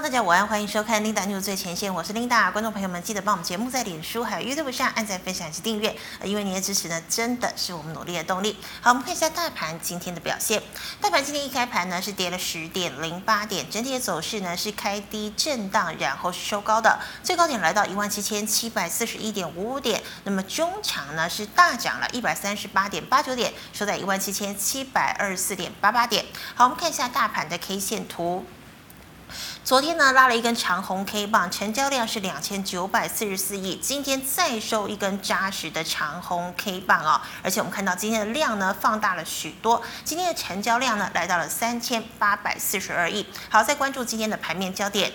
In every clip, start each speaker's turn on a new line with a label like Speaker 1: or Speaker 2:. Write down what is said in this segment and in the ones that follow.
Speaker 1: 大家午安，欢迎收看 Linda News 最前线，我是 Linda。观众朋友们，记得帮我们节目在脸书还有 YouTube 上按赞、分享以及订阅，呃因为您的支持呢，真的是我们努力的动力。好，我们看一下大盘今天的表现。大盘今天一开盘呢是跌了十点零八点，整体的走势呢是开低震荡，然后是收高的，最高点来到一万七千七百四十一点五五点。那么中场呢是大涨了一百三十八点八九点，收在一万七千七百二十四点八八点。好，我们看一下大盘的 K 线图。昨天呢拉了一根长红 K 棒，成交量是两千九百四十四亿，今天再收一根扎实的长红 K 棒哦，而且我们看到今天的量呢放大了许多，今天的成交量呢来到了三千八百四十二亿。好，再关注今天的盘面焦点。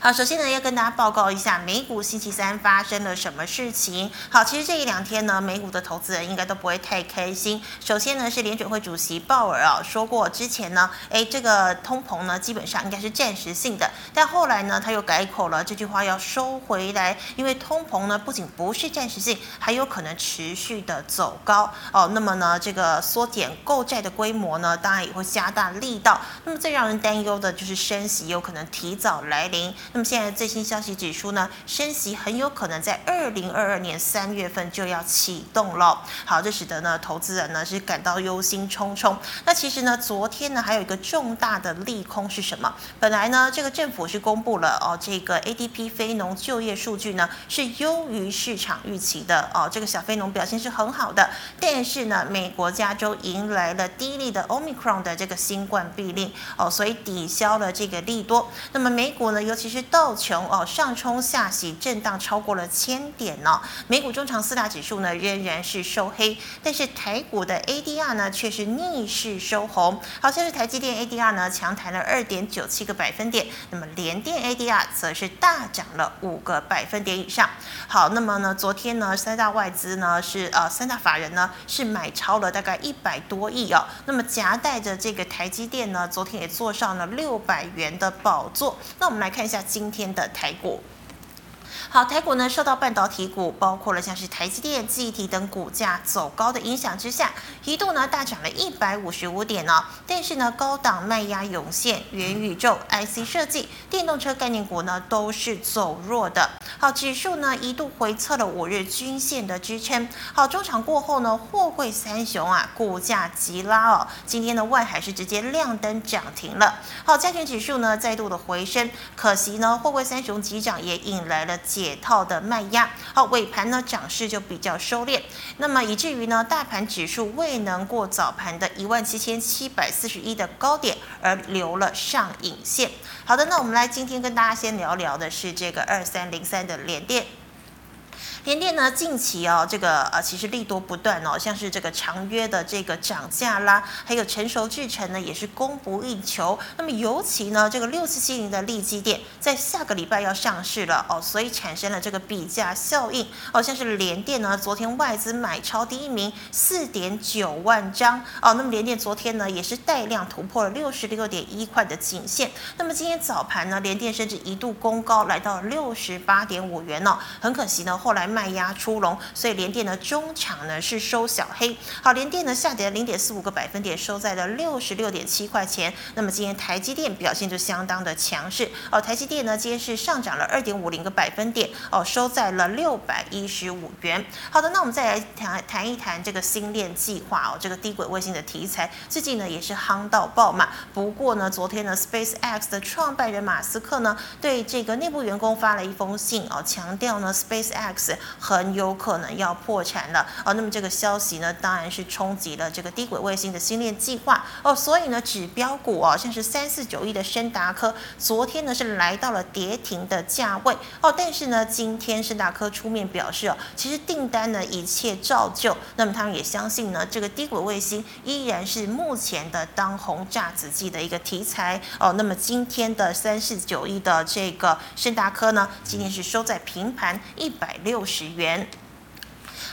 Speaker 1: 好，首先呢，要跟大家报告一下美股星期三发生了什么事情。好，其实这一两天呢，美股的投资人应该都不会太开心。首先呢，是联准会主席鲍尔啊说过，之前呢，哎，这个通膨呢基本上应该是暂时性的，但后来呢，他又改口了，这句话要收回来，因为通膨呢不仅不是暂时性，还有可能持续的走高哦。那么呢，这个缩减购债的规模呢，当然也会加大力道。那么最让人担忧的就是升息有可能提早来临。那么现在最新消息指出呢，升息很有可能在二零二二年三月份就要启动了。好，这使得呢投资人呢是感到忧心忡忡。那其实呢，昨天呢还有一个重大的利空是什么？本来呢这个政府是公布了哦，这个 ADP 非农就业数据呢是优于市场预期的哦，这个小非农表现是很好的，但是呢美国加州迎来了低利的 Omicron 的这个新冠病例哦，所以抵消了这个利多。那么美股呢，尤其是道琼哦，上冲下洗，震荡超过了千点哦。美股中长四大指数呢仍然是收黑，但是台股的 ADR 呢却是逆势收红。好像是台积电 ADR 呢强弹了二点九七个百分点，那么联电 ADR 则是大涨了五个百分点以上。好，那么呢，昨天呢三大外资呢是呃三大法人呢是买超了大概一百多亿哦。那么夹带着这个台积电呢，昨天也坐上了六百元的宝座。那我们来看一下今天的台股。好，台股呢受到半导体股，包括了像是台积电、记忆体等股价走高的影响之下，一度呢大涨了一百五十五点呢、但是呢，高档卖压涌现，元宇宙、IC 设计、电动车概念股呢都是走弱的。好，指数呢一度回测了五日均线的支撑。好，中场过后呢，货柜三雄啊股价急拉哦，今天的外海是直接亮灯涨停了。好，加权指数呢再度的回升，可惜呢，货柜三雄急涨也引来了解套的卖压。好，尾盘呢涨势就比较收敛，那么以至于呢，大盘指数未能过早盘的一万七千七百四十一的高点，而留了上影线。好的，那我们来今天跟大家先聊聊的是这个二三零三的联电。联电呢，近期哦，这个呃，其实利多不断哦，像是这个长约的这个涨价啦，还有成熟制程呢，也是供不应求。那么尤其呢，这个六七七零的利基电在下个礼拜要上市了哦，所以产生了这个比价效应哦。像是联电呢，昨天外资买超第一名四点九万张哦，那么联电昨天呢也是带量突破了六十六点一块的颈线。那么今天早盘呢，联电甚至一度攻高来到六十八点五元哦，很可惜呢，后来卖压出笼，所以联电的中场呢是收小黑。好，联电呢下跌零点四五个百分点，收在了六十六点七块钱。那么今天台积电表现就相当的强势哦，台积电呢今天是上涨了二点五零个百分点哦，收在了六百一十五元。好的，那我们再来谈谈一谈这个星链计划哦，这个低轨卫星的题材最近呢也是夯到爆嘛。不过呢，昨天呢 SpaceX 的创办人马斯克呢对这个内部员工发了一封信哦，强调呢 SpaceX 很有可能要破产了哦。那么这个消息呢，当然是冲击了这个低轨卫星的星链计划哦。所以呢，指标股哦，像是三四九一的深达科，昨天呢是来到了跌停的价位哦。但是呢，今天深达科出面表示哦，其实订单呢一切照旧。那么他们也相信呢，这个低轨卫星依然是目前的当红炸子鸡的一个题材哦。那么今天的三四九一的这个深达科呢，今天是收在平盘一百六十元。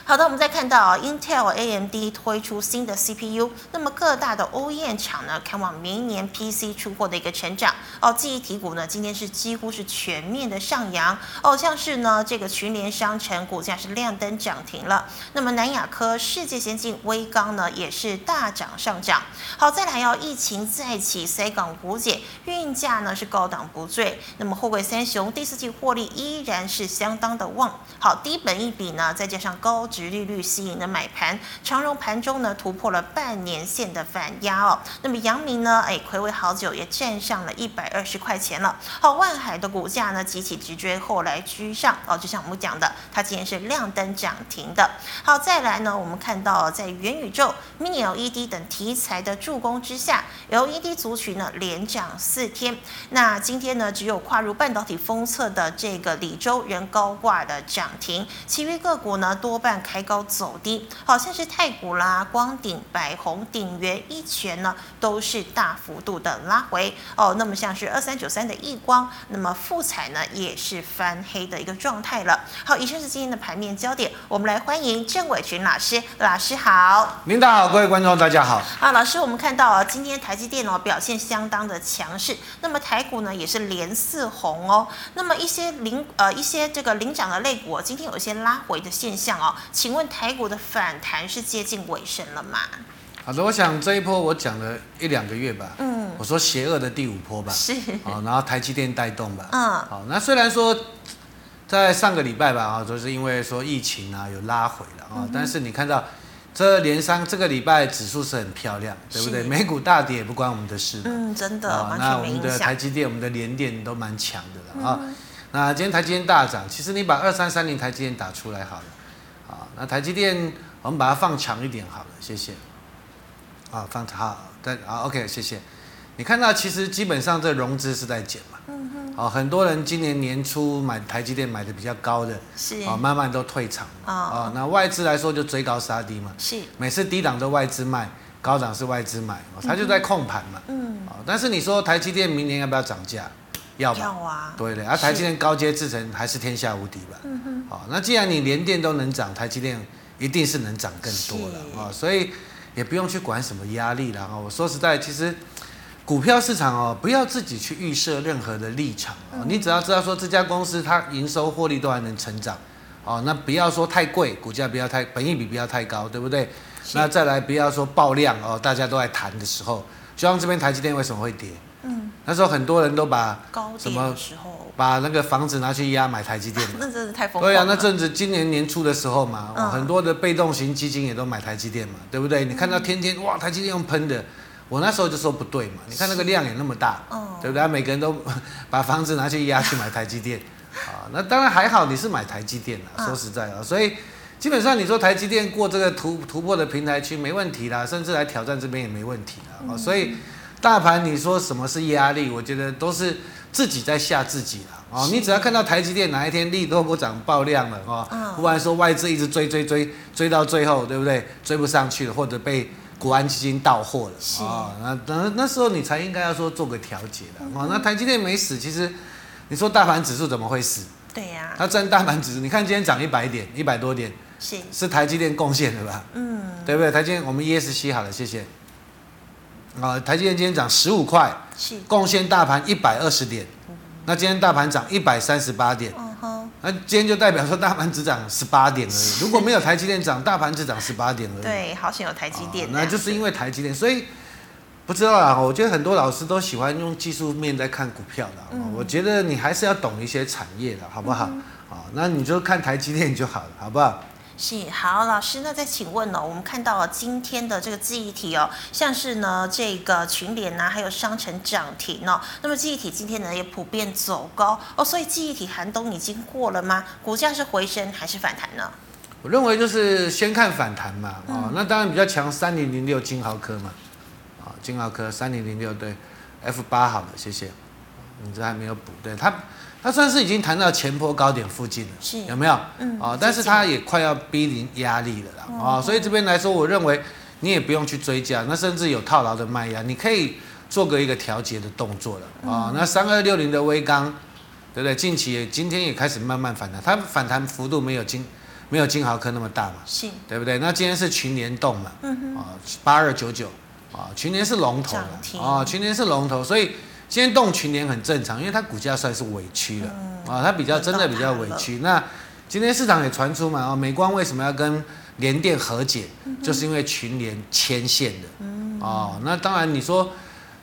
Speaker 1: 好的，我们再看到啊 Intel、AMD 推出新的 CPU，那么各大的 OEM 厂呢，看望明年 PC 出货的一个成长。哦，记忆体股呢，今天是几乎是全面的上扬。哦，像是呢这个群联商城股价是亮灯涨停了。那么南亚科、世界先进、微刚呢也是大涨上涨。好，再来要、哦、疫情再起，塞港股解运价呢是高档不坠。那么货柜三雄第四季获利依然是相当的旺。好，低本一比呢，再加上高值利率吸引的买盘，长荣盘中呢突破了半年线的反压哦。那么阳明呢，哎，暌违好久也站上了一百二十块钱了。好，万海的股价呢急起直追，后来居上哦。就像我们讲的，它今天是亮灯涨停的。好，再来呢，我们看到在元宇宙、Mini LED 等题材的助攻之下，LED 族群呢连涨四天。那今天呢，只有跨入半导体封测的这个李州仍高挂的涨停，其余个股呢多半开高走低，好像是太古啦、光鼎、百宏、鼎元、一全呢都是大幅度的拉回哦。那么像是二三九三的易光，那么富彩呢也是翻黑的一个状态了。好，以上是今天的盘面焦点，我们来欢迎郑伟群老师，老师好。
Speaker 2: 领导好，各位观众大家好。
Speaker 1: 啊，老师，我们看到啊，今天台积电哦表现相当的强势，那么台股呢也是连四红哦。那么一些领呃一些这个领涨的类股、哦，今天有一些拉回的现象哦。请问台股的反弹是接近尾声了吗？
Speaker 2: 好的，我想这一波我讲了一两个月吧，
Speaker 1: 嗯，
Speaker 2: 我说邪恶的第五波吧，
Speaker 1: 是，
Speaker 2: 好，然后台积电带动吧，
Speaker 1: 嗯
Speaker 2: 好，那虽然说在上个礼拜吧，啊，就是因为说疫情啊有拉回了
Speaker 1: 嗯
Speaker 2: 啊，但是你看到这连上这个礼拜指数是很漂亮，对不对？
Speaker 1: 是
Speaker 2: 美股大跌也不关我们的事嘛，
Speaker 1: 嗯，真的
Speaker 2: 啊，
Speaker 1: 完
Speaker 2: 那
Speaker 1: 全
Speaker 2: 我
Speaker 1: 没
Speaker 2: 们
Speaker 1: 影
Speaker 2: 的台
Speaker 1: 响。嗯
Speaker 2: 积电、我们的联电都蛮强的了啊。那今天台积电大涨，其实你把二三三零台积电打出来好了，啊，那台积电我们把它放长一点好了，谢谢。啊，放好，但啊，OK，谢谢。你看到其实基本上这融资是在减嘛，嗯啊，很多人今年年初买台积电买的比较高的，
Speaker 1: 是
Speaker 2: 啊，慢慢都退场嘛，
Speaker 1: 哦
Speaker 2: 啊，那外资来说就追高杀低嘛，
Speaker 1: 是，
Speaker 2: 每次低档都外资卖，高档是外资买，哦它就在控盘嘛。
Speaker 1: 嗯，
Speaker 2: 哦，但是你说台积电明年要不要涨价？要
Speaker 1: 要
Speaker 2: 吧。
Speaker 1: 啊，
Speaker 2: 对的，啊，
Speaker 1: 是
Speaker 2: 台积电高阶制程还是天下无敌吧。嗯哼。好、那既然你连电都能涨，台积电一定是能涨更多了
Speaker 1: 是
Speaker 2: 啊、哦所以也不用去管什么压力了啊、哦我说实在，其实股票市场哦，不要自己去预设任何的立场
Speaker 1: 嗯
Speaker 2: 哦，你只要知道说这家公司它营收获利都还能成长，哦，那不要说太贵，股价不要太，本益比不要太高，对不对？
Speaker 1: 是
Speaker 2: 那再来不要说爆量哦，大家都在谈的时候，就像这边台积电为什么会跌？
Speaker 1: 嗯，
Speaker 2: 那时候很多人都把
Speaker 1: 高
Speaker 2: 什
Speaker 1: 点
Speaker 2: 么
Speaker 1: 的时候，
Speaker 2: 把那个房子拿去押买台积电嘛。
Speaker 1: 那真是太疯狂
Speaker 2: 对啊，
Speaker 1: 了。
Speaker 2: 那阵子今年年初的时候嘛，
Speaker 1: 嗯
Speaker 2: 哦很多的被动型基金也都买台积电嘛，对不对？你看到天天哇，台积电用喷的，我那时候就说不对嘛，你看那个量也那么大，
Speaker 1: 嗯
Speaker 2: 对不对？啊每个人都把房子拿去押去买台积 电，啊，那当然还好，你是买台积电啦，
Speaker 1: 嗯
Speaker 2: 说实在啊，所以基本上你说台积电过这个突突破的平台区没问题啦，甚至来挑战这边也没问题
Speaker 1: 嗯
Speaker 2: 啦，啊，所以大盘你说什么是压力，我觉得都是自己在吓自己啦。哦，
Speaker 1: 是
Speaker 2: 你只要看到台积电哪一天利多股涨爆量了哦，
Speaker 1: 嗯
Speaker 2: 忽然说外资一直追追追追到最后，对不对？追不上去了，或者被国安基金到货了
Speaker 1: 是
Speaker 2: 哦，那那那时候你才应该要说做个调节的
Speaker 1: 嗯
Speaker 2: 哦。那台积电没死，其实你说大盘指数怎么会死？
Speaker 1: 对啊呀、
Speaker 2: 它占大盘指数，你看今天涨一百点，一百多点，
Speaker 1: 是，
Speaker 2: 是台积电贡献的吧？
Speaker 1: 嗯，
Speaker 2: 对不对？台积电我们 ESC 好了，谢谢。啊、台积电今天涨十五块，
Speaker 1: 是，
Speaker 2: 贡献大盘一百二十点。那今天大盘涨一百三十八点，
Speaker 1: 嗯哼，
Speaker 2: 那今天就代表说大盘只涨十八点而已。如果没有台积电涨，大盘只涨十八点而已。
Speaker 1: 对，好险有台积电、啊
Speaker 2: 哦那就是因为台积电，所以不知道啊。我觉得很多老师都喜欢用技术面在看股票的、哦我觉得你还是要懂一些产业的，好不好？啊、那你就看台积电就好了，好不好？
Speaker 1: 是好，老师，那再请问呢、哦我们看到了今天的这个记忆体哦，像是呢这个群联呐、还有商城涨停哦。那么记忆体今天呢也普遍走高哦，所以记忆体寒冬已经过了吗？股价是回升还是反弹呢？
Speaker 2: 我认为就是先看反弹嘛，
Speaker 1: 嗯
Speaker 2: 哦，那当然比较强三零零六金豪科嘛，啊、金豪科三零零六对，F 八好了，谢谢，你这还没有补，对它它算是已经谈到前坡高点附近了，
Speaker 1: 是
Speaker 2: 有没有？
Speaker 1: 嗯
Speaker 2: 哦，但是它也快要逼临压力了啦，哦，所以这边来说，我认为你也不用去追价，那甚至有套牢的卖压，你可以做个一个调节的动作了，哦，那三二六零的微钢，对不对？近期也今天也开始慢慢反弹，它反弹幅度没有今没有金豪科那么大嘛，
Speaker 1: 是，
Speaker 2: 对不对？那今天是群联动嘛，
Speaker 1: 嗯哼，
Speaker 2: 啊，八二九九啊，群联是龙头
Speaker 1: 涨停
Speaker 2: 了啊，群联是龙头，所以今天动群联很正常，因为它股价算是委屈了啊，它比较真的比较委屈。那今天市场也传出嘛，啊，美光为什么要跟联电和解，就是因为群联牵线的啊。那当然你说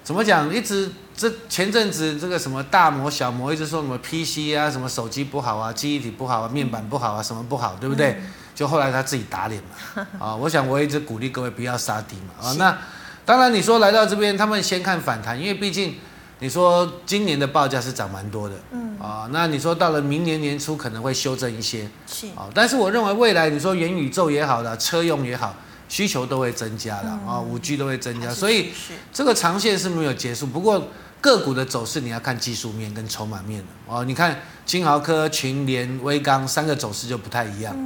Speaker 2: 怎么讲，一直这前阵子这个什么大摩小摩一直说什么 PC 啊，什么手机不好啊，记忆体不好啊，面板不好啊，什么不好，对不对？就后来他自己打脸嘛，啊，我想我一直鼓励各位不要杀低嘛，啊，
Speaker 1: 是
Speaker 2: 那当然你说来到这边，他们先看反弹，因为毕竟你说今年的报价是涨蛮多的，
Speaker 1: 嗯，
Speaker 2: 啊，那你说到了明年年初可能会修正一些，
Speaker 1: 是，
Speaker 2: 啊，但是我认为未来你说元宇宙也好啦，车用也好，需求都会增加了啊，五 G 都会增
Speaker 1: 嗯
Speaker 2: 加，
Speaker 1: 还是
Speaker 2: 所以
Speaker 1: 趋势
Speaker 2: 这个长线是没有结束，不过个股的走势你要看技术面跟筹码面的哦。你看金豪科、群联、威刚三个走势就不太一样，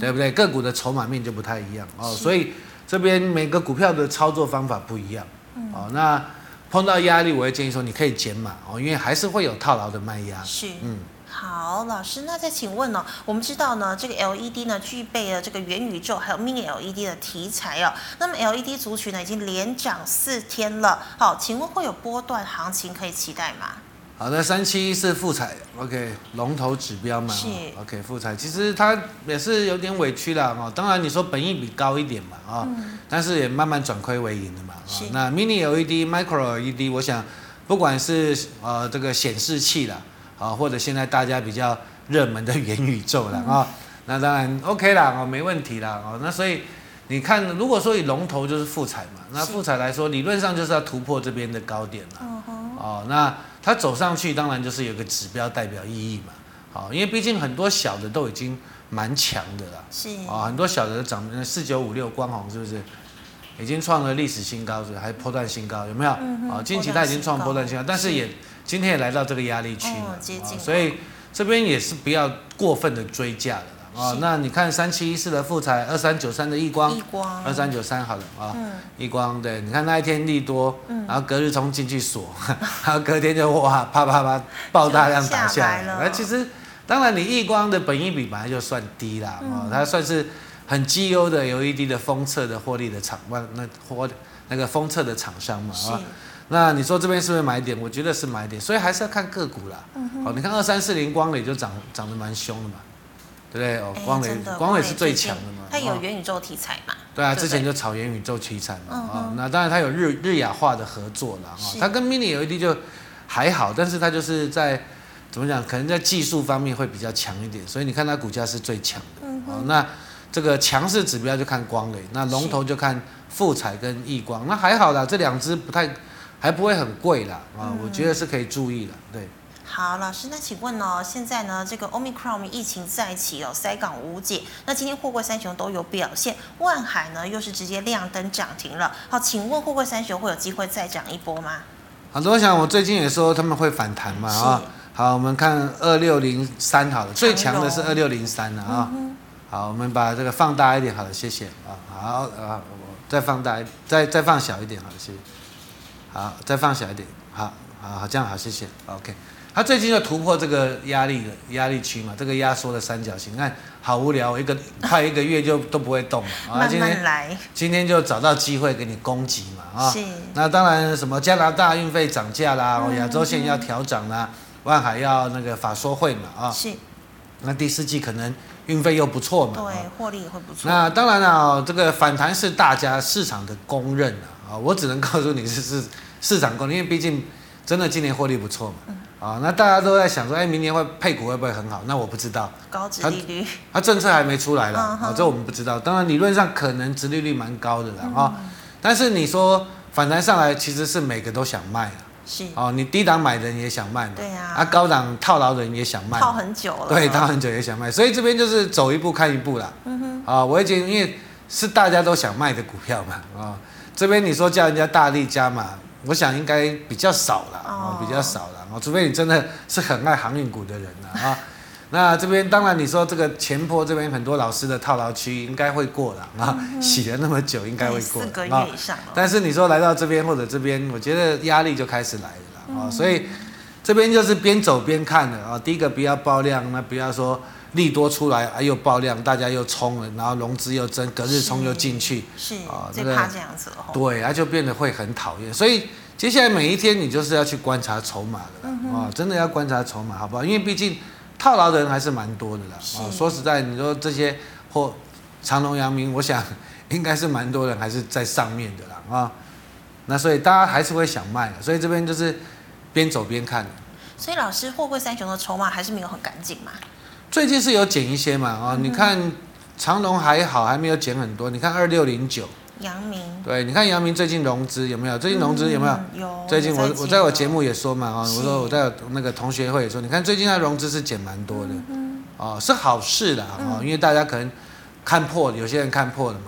Speaker 2: 对不对？个股的筹码面就不太一样哦，
Speaker 1: 嗯是
Speaker 2: 所以这边每个股票的操作方法不一样、
Speaker 1: 嗯
Speaker 2: 哦。那碰到压力，我会建议说你可以减码哦，因为还是会有套牢的卖压。
Speaker 1: 是，
Speaker 2: 嗯，
Speaker 1: 好，老师，那再请问呢、哦我们知道呢，这个 LED 呢具备了这个元宇宙还有 Mini LED 的题材哦。那么 LED 族群呢已经连涨四天了，好，请问会有波段行情可以期待吗？
Speaker 2: 好的，三七是富彩，OK，龙头指标嘛
Speaker 1: 是
Speaker 2: 哦，OK，富彩其实它也是有点委屈啦哦。当然你说本益比高一点嘛啊、哦但是也慢慢转亏为盈的嘛啊、
Speaker 1: 嗯是
Speaker 2: 哦。那 Mini LED、Micro LED，我想不管是呃这个显示器啦啊、或者现在大家比较热门的元宇宙
Speaker 1: 嗯
Speaker 2: 啦啊、那当然 OK 啦哦，没问题啦哦。那所以你看，如果说以龙头就是富彩嘛，那
Speaker 1: 是
Speaker 2: 富彩来说理论上就是要突破这边的高点啦。
Speaker 1: 嗯哼，
Speaker 2: 哦，那它走上去当然就是有个指标代表意义嘛。好、啊因为毕竟很多小的都已经蛮强的了。
Speaker 1: 是，
Speaker 2: 啊、很多小的涨，四九五六光红是不是已经创了历史新高，是不是还破断新高，有没有？啊、
Speaker 1: 嗯哼
Speaker 2: 近期它已经创破
Speaker 1: 波段
Speaker 2: 断
Speaker 1: 新
Speaker 2: 新
Speaker 1: 高
Speaker 2: 高，但是也今天也来到这个压力区
Speaker 1: 哦
Speaker 2: 了、
Speaker 1: 接近
Speaker 2: 啊
Speaker 1: 了
Speaker 2: 所以这边也是不要过分的追价了啦啊、
Speaker 1: 是
Speaker 2: 那你看三七一四的富彩，二三九三的易光
Speaker 1: 异，光，
Speaker 2: 二三九三好了啊。
Speaker 1: 嗯，
Speaker 2: 一光对，你看那一天利多，
Speaker 1: 嗯
Speaker 2: 然后隔日冲进去锁， 然后隔天就哇啪啪啪爆大量打 下
Speaker 1: 下来
Speaker 2: 来
Speaker 1: 了
Speaker 2: 那其实当然你易光的本益比本来就算低啦，
Speaker 1: 嗯
Speaker 2: 哦，它算是很绩优的 LED 的封测的获利的厂，那那获那个封测的厂商嘛
Speaker 1: 是
Speaker 2: 啊。那你说这边是不是买点？我觉得是买点，所以还是要看个股啦。
Speaker 1: 嗯
Speaker 2: 好、你看二三四零光磊就涨涨得蛮凶的嘛，对不对？哦
Speaker 1: 哎，
Speaker 2: 光磊
Speaker 1: 真的
Speaker 2: 光磊是
Speaker 1: 最
Speaker 2: 最
Speaker 1: 近
Speaker 2: 强的嘛。
Speaker 1: 它
Speaker 2: 哦
Speaker 1: 有元宇宙题材嘛？
Speaker 2: 对啊，
Speaker 1: 对不
Speaker 2: 之
Speaker 1: 对
Speaker 2: 前就炒元宇宙题材嘛，
Speaker 1: 嗯
Speaker 2: 啊、
Speaker 1: 哼
Speaker 2: 那当然它有日日亚化的合作了啊、哦
Speaker 1: 是
Speaker 2: 它跟 Mini LED 就还好，但是它就是在怎么讲，可能在技术方面会比较强一点，所以你看它股价是最强的。
Speaker 1: 嗯
Speaker 2: 哦，那这个强势指标就看光磊，那龙头就看富彩跟易光，那还好啦，这两只不太还不会很贵啦，啊、
Speaker 1: 嗯
Speaker 2: 我觉得是可以注意的，对。
Speaker 1: 好，老师，那请问哦，现在呢，这个 Omicron 疫情再起哦，塞港无解。那今天货柜三雄都有表现，万海呢又是直接亮灯涨停了。好，请问货柜三雄会有机会再涨一波吗？
Speaker 2: 好的，我想我最近也说他们会反弹嘛
Speaker 1: 是
Speaker 2: 啊、好，我们看二六零三好了，最
Speaker 1: 长
Speaker 2: 强
Speaker 1: 荣
Speaker 2: 的是二六零三了
Speaker 1: 嗯
Speaker 2: 啊。好，我们把这个放大一点好了，谢谢啊。好啊，我再放大一，再再放小一点好了，谢谢。好，再放小一点，好好好，这样好，谢谢。OK，它最近就突破这个压力的压力区嘛，这个压缩的三角形，看好无聊，一个快一个月就都不会动嘛。啊，
Speaker 1: 慢
Speaker 2: 今
Speaker 1: 慢
Speaker 2: 天
Speaker 1: 来，
Speaker 2: 今天就找到机会给你攻击嘛啊。
Speaker 1: 是嗯
Speaker 2: 那当然，什么加拿大运费涨价啦，哦亚洲线要调涨啦，万海要那个法说会嘛啊，
Speaker 1: 是，
Speaker 2: 那第四季可能运费又不错嘛。啊
Speaker 1: 对，获利也会不错。
Speaker 2: 那当然了、哦，这个反弹是大家市场的公认的啊、我只能告诉你是市市场公认，因为毕竟真的今年获利不错嘛。
Speaker 1: 嗯
Speaker 2: 啊、那大家都在想说，哎，明年会配股会不会很好？那我不知道，
Speaker 1: 高值利率
Speaker 2: 它啊政策还没出来
Speaker 1: 嗯
Speaker 2: 啦，
Speaker 1: 嗯
Speaker 2: 啊、
Speaker 1: 哼
Speaker 2: 这我们不知道。当然理论上可能殖利率蛮高的啦啊、但是你说反弹上来，其实是每个都想卖了。
Speaker 1: 是
Speaker 2: 哦，你低档买的人也想卖嘛，
Speaker 1: 对啊
Speaker 2: 啊高档套牢的人也想卖嘛，
Speaker 1: 套很久了，
Speaker 2: 对，套很久也想卖，所以这边就是走一步看一步啦。
Speaker 1: 嗯
Speaker 2: 啊，我已经因为是大家都想卖的股票嘛，啊，这边你说叫人家大力加码，我想应该比较少啦，啊
Speaker 1: 哦，
Speaker 2: 比较少啦，啊，除非你真的是很爱航运股的人啦，啊。那这边当然，你说这个前坡这边很多老师的套牢区应该会过了啊，
Speaker 1: 嗯
Speaker 2: 洗了那么久应该会
Speaker 1: 对
Speaker 2: 过
Speaker 1: 四个
Speaker 2: 了啊
Speaker 1: 月。以上了，
Speaker 2: 但是你说来到这边或者这边，我觉得压力就开始来哦了啦啊、所以这边就是边走边看的啊、第一个不要爆量，那不要说利多出来啊，又爆量，大家又冲了，然后融资又增，隔日冲又进去，
Speaker 1: 是
Speaker 2: 啊
Speaker 1: 最
Speaker 2: 那个
Speaker 1: 怕这样子了吼。
Speaker 2: 对，它就变得会很讨厌。所以接下来每一天你就是要去观察筹码的啦，啊、真的要观察筹码，好不好？因为毕竟套牢的人还是蛮多的啦。啊、
Speaker 1: 是
Speaker 2: 说实在，你说这些或长隆、阳明，我想应该是蛮多人还是在上面的啦，啊、那所以大家还是会想卖的，所以这边就是边走边看。
Speaker 1: 所以老师，货柜三雄的筹码还是没有很干净嘛？
Speaker 2: 最近是有减一些嘛，啊、你看长隆还好，还没有减很多。你看二六零九，
Speaker 1: 阳明
Speaker 2: 对，你看阳明最近融资有没有？最近融资有没有？
Speaker 1: 嗯有。
Speaker 2: 最近我
Speaker 1: 有
Speaker 2: 我在我
Speaker 1: 了
Speaker 2: 节目也说嘛，哦，
Speaker 1: 是
Speaker 2: 我说我在那个同学会也说，你看最近它融资是减蛮多的，
Speaker 1: 嗯
Speaker 2: 哦，是好事啦，哦，因为大家可能看破，有些人看破了嘛，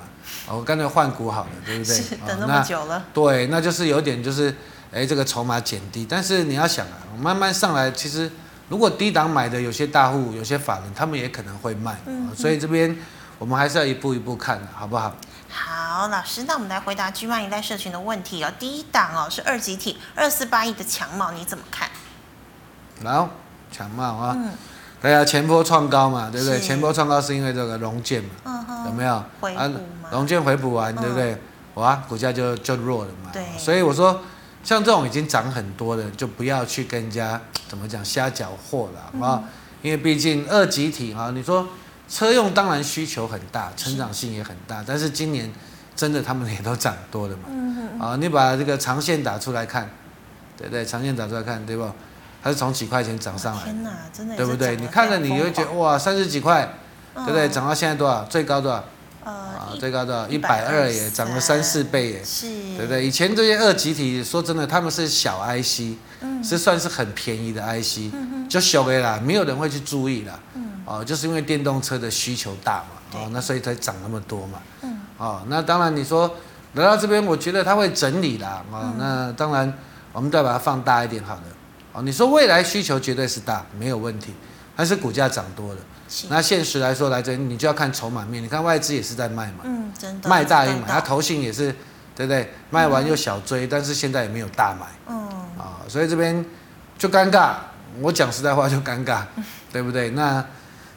Speaker 2: 哦，我干脆换股好了，对不对？
Speaker 1: 是
Speaker 2: 哦
Speaker 1: 等那么久了，
Speaker 2: 对，那就是有点就是，哎，这个筹码减低，但是你要想啊，慢慢上来，其实如果低档买的有些大户、有些法人，他们也可能会卖，
Speaker 1: 嗯
Speaker 2: 哦所以这边我们还是要一步一步看，好不好？
Speaker 1: 好，老师，那我们来回答 G 万一代社群的问题哦。第一档哦是二级体二四八亿的强茂，你怎么看？
Speaker 2: 然后强茂啊。
Speaker 1: 嗯
Speaker 2: 对啊，前波创高嘛，对不对？
Speaker 1: 是
Speaker 2: 前波创高是因为这个融券嘛，
Speaker 1: 嗯
Speaker 2: 有
Speaker 1: 哼，
Speaker 2: 没有？
Speaker 1: 回
Speaker 2: 啊
Speaker 1: 补，吗？
Speaker 2: 融券回补完，
Speaker 1: 嗯
Speaker 2: 对不对？哇，股价就就弱了嘛。
Speaker 1: 对
Speaker 2: 所以我说，像这种已经涨很多的，就不要去跟人家怎么讲瞎搅和了
Speaker 1: 嗯
Speaker 2: 啊、因为毕竟二级体啊，你说车用当然需求很大，成长性也很大，但是今年真的他们也都涨多了嘛。
Speaker 1: 嗯
Speaker 2: 啊，你把这个长线打出来看，对不对？长线打出来看，对不？它是从几块钱涨上来的。
Speaker 1: 天哪，真的也
Speaker 2: 对
Speaker 1: 是
Speaker 2: 不
Speaker 1: 涨
Speaker 2: 对？
Speaker 1: 得
Speaker 2: 你看着
Speaker 1: 非
Speaker 2: 你
Speaker 1: 常
Speaker 2: 会觉
Speaker 1: 疯
Speaker 2: 得哇，三十几块，对
Speaker 1: 狂
Speaker 2: 不对？
Speaker 1: 嗯
Speaker 2: 涨到现在多少？最高多少？啊
Speaker 1: 呃，，一
Speaker 2: 最高多少？一百二
Speaker 1: 123
Speaker 2: 耶，涨了三四倍耶，
Speaker 1: 是，
Speaker 2: 嗯对不对？以前这些二级体，说真的，他们是小 IC，
Speaker 1: 嗯
Speaker 2: 是算是很便宜的 IC，就小的啦，没有人会去注意啦。哦，就是因为电动车的需求大嘛，
Speaker 1: 嗯对
Speaker 2: 哦，那所以才涨那么多嘛。
Speaker 1: 嗯
Speaker 2: 哦，那当然你说来到这边，我觉得它会整理啦。
Speaker 1: 嗯
Speaker 2: 哦，那当然我们再把它放大一点好了。哦，你说未来需求绝对是大，没有问题，但是股价涨多了。
Speaker 1: 是
Speaker 2: 那现实来说来这，你就要看筹码面。你看外资也是在卖嘛，
Speaker 1: 嗯，真的
Speaker 2: 卖大于
Speaker 1: 真
Speaker 2: 买，
Speaker 1: 的
Speaker 2: 它投信也是，对不对？卖完又小追，但是现在也没有大买
Speaker 1: 嗯，
Speaker 2: 啊、所以这边就尴尬。我讲实在话就尴 尬，对不对？那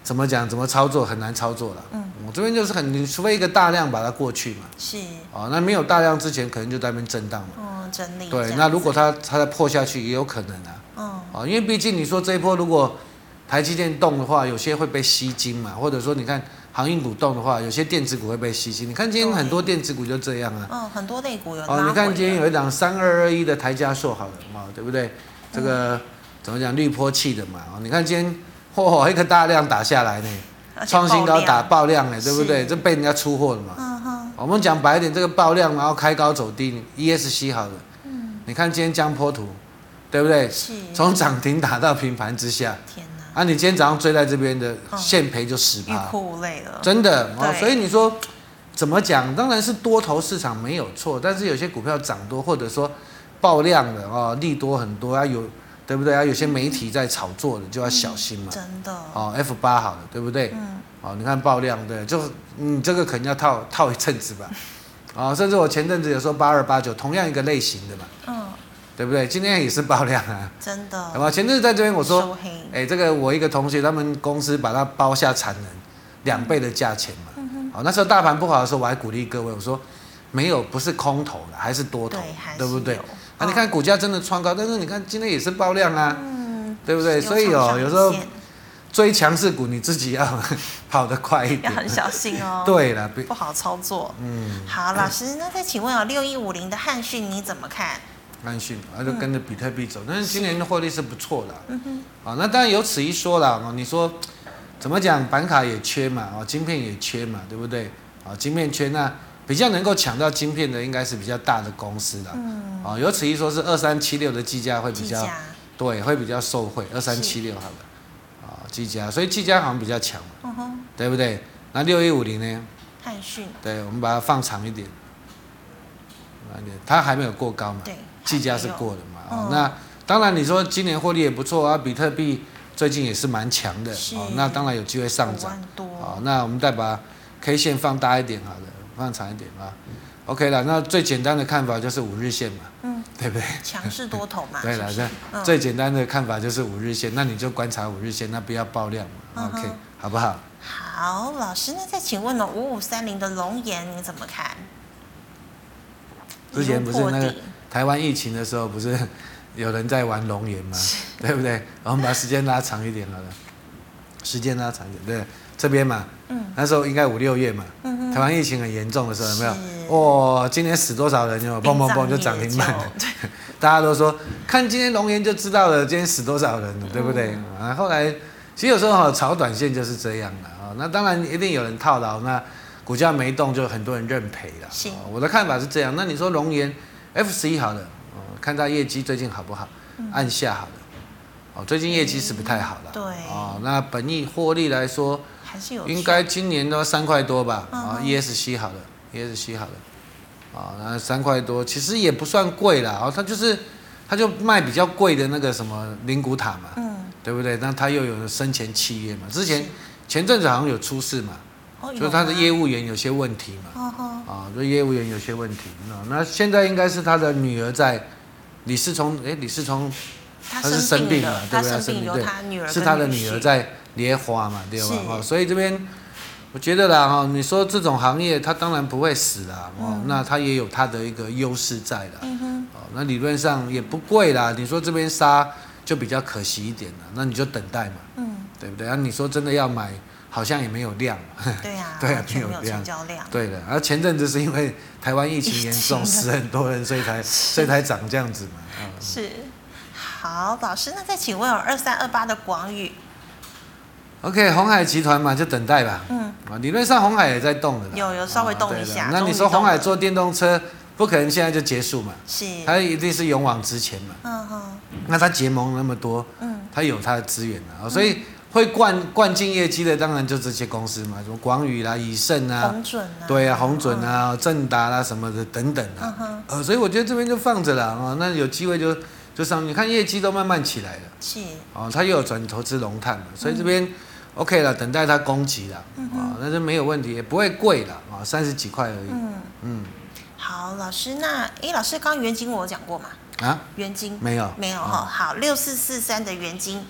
Speaker 2: 怎么讲？怎么操作很难操作了。
Speaker 1: 嗯，
Speaker 2: 我这边就是很，你除非一个大量把它过去嘛。
Speaker 1: 是，
Speaker 2: 哦，那没有大量之前，可能就在那边震荡嘛。
Speaker 1: 嗯，整理这
Speaker 2: 对，
Speaker 1: 样
Speaker 2: 那如
Speaker 1: 子
Speaker 2: 果它它再破下去，也有可能啊。
Speaker 1: 嗯
Speaker 2: 啊，因为毕竟你说这一波如果台积电动的话，有些会被吸金嘛，或者说你看航运股动的话，有些电子股会被吸金。你看今天很多电子股就这样啊。
Speaker 1: 嗯，很多类股有
Speaker 2: 哦，
Speaker 1: 拉
Speaker 2: 你看
Speaker 1: 回
Speaker 2: 今天
Speaker 1: 了
Speaker 2: 有一档三二二一的台加硕好了嘛，对不对？这
Speaker 1: 嗯
Speaker 2: 个怎么讲绿波气的嘛？哦，你看今天嚯、一个大量打下来呢，
Speaker 1: 而且
Speaker 2: 创新
Speaker 1: 爆
Speaker 2: 高
Speaker 1: 量
Speaker 2: 打爆量呢，对不对？
Speaker 1: 是
Speaker 2: 这被人家出货了嘛。
Speaker 1: 嗯哼，
Speaker 2: 我们讲白一点，这个爆量然后开高走低，ESC 好了，你看今天江波图，对不对？
Speaker 1: 是，
Speaker 2: 从涨停打到平盘之下，
Speaker 1: 天哪，
Speaker 2: 啊，你今天早上追在这边的
Speaker 1: 嗯
Speaker 2: 现赔就十
Speaker 1: 欲
Speaker 2: 趴，
Speaker 1: 哭无泪了，
Speaker 2: 真的哦。
Speaker 1: 对
Speaker 2: 所以你说怎么讲？当然是多头市场没有错，但是有些股票涨多，或者说爆量的哦，利多很多啊，有对不对啊？有些媒体在炒作的就要小心嘛。
Speaker 1: 嗯真的，
Speaker 2: 哦，F 八好了，对不对？
Speaker 1: 嗯，
Speaker 2: 哦，你看爆量，对，就你这个可能要套套一阵 子吧。哦，甚至我前阵子有说八二八九，同样一个类型的嘛，
Speaker 1: 嗯，
Speaker 2: 对不对？今天也是爆量啊，
Speaker 1: 真的，
Speaker 2: 好吧？前阵子在这边我说，
Speaker 1: 收黑，
Speaker 2: 哎、这个我一个同学，他们公司把它包下产能两倍的价钱嘛。
Speaker 1: 嗯
Speaker 2: 好、那时候大盘不好的时候，我还鼓励各位，我说没有，不是空头了，还是多头，
Speaker 1: 对，还
Speaker 2: 对不
Speaker 1: 是
Speaker 2: 对
Speaker 1: 有？哦
Speaker 2: 啊，你，看股价真的创高，但是你看今天也是爆量啊，
Speaker 1: 嗯，
Speaker 2: 对不对？
Speaker 1: 有
Speaker 2: 所以
Speaker 1: 上
Speaker 2: 哦，
Speaker 1: 下
Speaker 2: 有时候
Speaker 1: 影线
Speaker 2: 追强势股，你自己要 跑得快一
Speaker 1: 要
Speaker 2: 点。，，
Speaker 1: 很小心哦
Speaker 2: 对了，别
Speaker 1: 不好操作。
Speaker 2: 嗯，
Speaker 1: 好，老师，那再请问哦，六一五零的汉讯你怎么看？
Speaker 2: 安讯，那就跟着比特币走。但是今年的获利是不错的啊、
Speaker 1: 嗯哼，
Speaker 2: 啊，那当然有此一说啦。哦，你说怎么讲？板卡也缺嘛，哦，晶片也缺嘛，对不对？啊，晶片缺，那比较能够抢到晶片的，应该是比较大的公司啦。
Speaker 1: 嗯，
Speaker 2: 啊，有此一说是二三七六的技嘉会比
Speaker 1: 技
Speaker 2: 较
Speaker 1: 嘉，
Speaker 2: 对，会比较受惠。二三七六好了，啊，技嘉，所以技嘉好像比较强嘛，
Speaker 1: 嗯哼，
Speaker 2: 对不对？那六一五零呢？
Speaker 1: 汉讯，
Speaker 2: 对，我们把它放长一点，放长一点它还没有过高嘛。
Speaker 1: 对，
Speaker 2: 计价
Speaker 1: 还
Speaker 2: 是
Speaker 1: 有，
Speaker 2: 过的嘛。哦
Speaker 1: 嗯，
Speaker 2: 那当然你说今年获利也不错啊，比特币最近也是蛮强的
Speaker 1: 是嗯
Speaker 2: 哦，那当然有机会上
Speaker 1: 五
Speaker 2: 涨。
Speaker 1: 万多，
Speaker 2: 哦，那我们再把 K 线放大一点好了，放长一点啊。OK 了，那最简单的看法就是五日线嘛，
Speaker 1: 嗯，
Speaker 2: 对不对？
Speaker 1: 强势多头 嘛，
Speaker 2: 对
Speaker 1: 是
Speaker 2: 了，
Speaker 1: 不是
Speaker 2: 这
Speaker 1: 嗯
Speaker 2: 最简单的看法就是五日线，那你就观察五日线，那不要爆量嘛。
Speaker 1: 嗯哼
Speaker 2: OK，好不好？
Speaker 1: 好，老师，那再请问呢、五五三零的龙岩你怎么看？
Speaker 2: 之前不是那
Speaker 1: 破
Speaker 2: 个
Speaker 1: 底
Speaker 2: 台湾疫情的时候，不是有人在玩龙岩吗？对不对？我们把时间拉长一点好了，时间拉长一点，对，这边嘛，
Speaker 1: 嗯
Speaker 2: 那时候应该五六月嘛，
Speaker 1: 嗯嗯，
Speaker 2: 台湾疫情很严重的时候，有没有
Speaker 1: 是？
Speaker 2: 哇、今年死多少人有没有？蹦蹦蹦就涨停板了。
Speaker 1: 对，
Speaker 2: 大家都说看今天龙岩就知道了，今天死多少人了，对不对？
Speaker 1: 嗯
Speaker 2: 啊，后来其实有时候哈炒短线就是这样的啊。那当然一定有人套牢，那股价没动就很多人认赔了。
Speaker 1: 是
Speaker 2: 啊我的看法是这样。那你说龙岩 F 十一好了，哦看它业绩最近好不好？按下好了。哦，最近业绩是不太好了。
Speaker 1: 嗯对
Speaker 2: 哦，那本益获利来说，
Speaker 1: 还是有
Speaker 2: 应该今年都三块多吧，
Speaker 1: 嗯
Speaker 2: 啊
Speaker 1: 哼
Speaker 2: ，ESC 好了，ESC 好了，啊，那三块多其实也不算贵啦，啊，它就是它就卖比较贵的那个什么灵骨塔嘛，
Speaker 1: 嗯，
Speaker 2: 对不对？那它又有生前契约嘛，之前
Speaker 1: 是
Speaker 2: 前阵子好像有出事嘛，
Speaker 1: 哦
Speaker 2: 就是它的业
Speaker 1: 务，
Speaker 2: 务员有些问题嘛，
Speaker 1: 哦吼，
Speaker 2: 啊，就业务员有些问题，嗯那那现在应该是他的女儿在李世聪，诶，李世聪
Speaker 1: 他
Speaker 2: 他是生病了
Speaker 1: 了，
Speaker 2: 对不对
Speaker 1: 生
Speaker 2: 生病
Speaker 1: 由
Speaker 2: 对
Speaker 1: 他女儿
Speaker 2: 是
Speaker 1: 跟
Speaker 2: 他的
Speaker 1: 女
Speaker 2: 女儿
Speaker 1: 婿，
Speaker 2: 在莲花嘛，对吧
Speaker 1: 是？
Speaker 2: 哦，所以这边我觉得啦，哈，你说这种行业它当然不会死啦，哦，那它也有它的一个优势在啦，
Speaker 1: 嗯哼，
Speaker 2: 哦，那理论上也不贵啦。你说这边杀就比较可惜一点了，那你就等待嘛，
Speaker 1: 嗯，
Speaker 2: 对不对？啊，你说真的要买，好像也没有量，
Speaker 1: 对啊，
Speaker 2: 对啊
Speaker 1: 完全
Speaker 2: 没有
Speaker 1: 没有
Speaker 2: 量
Speaker 1: 成交量，
Speaker 2: 对的。而、前阵子是因为台湾疫情 严重，
Speaker 1: 疫情
Speaker 2: 死很多人，所以才所以才涨这样子嘛，啊、
Speaker 1: 是。好，老师，那再请问有哦二三二八的广宇，
Speaker 2: OK，红海集团嘛，就等待吧。
Speaker 1: 嗯，
Speaker 2: 啊，理论上红海也在动的啦，
Speaker 1: 有有稍微动
Speaker 2: 啊对
Speaker 1: 一
Speaker 2: 的
Speaker 1: 下
Speaker 2: 那
Speaker 1: 终
Speaker 2: 你
Speaker 1: 于
Speaker 2: 说红海
Speaker 1: 动了
Speaker 2: 做电动车，不可能现在就结束嘛？
Speaker 1: 是，
Speaker 2: 它一定是勇往直前嘛。
Speaker 1: 嗯哼，
Speaker 2: 那它结盟那么多，
Speaker 1: 嗯，
Speaker 2: 它有它的资源啊，所以会灌灌进业绩的，当然就这些公司嘛，什么广宇啦、以盛啊，
Speaker 1: 红准啊，
Speaker 2: 对啊，红准啊、正达啦什么的等等
Speaker 1: 嗯
Speaker 2: 啊。
Speaker 1: 哼，
Speaker 2: 呃，所以我觉得这边就放着啦啊，那有机会就就上，你看业绩都慢慢起来了。
Speaker 1: 是，
Speaker 2: 哦，他又有转投资龙炭了，所以这边
Speaker 1: 嗯
Speaker 2: OK 了，等待它供给了，啊、那就没有问题，也不会贵了啊，三十几块而已，
Speaker 1: 嗯，
Speaker 2: 嗯
Speaker 1: 好，老师，那诶，老师刚刚原金我有讲过嘛？
Speaker 2: 啊，
Speaker 1: 原金
Speaker 2: 没有
Speaker 1: 没有
Speaker 2: 嗯
Speaker 1: 哈、好，六四四三的原金，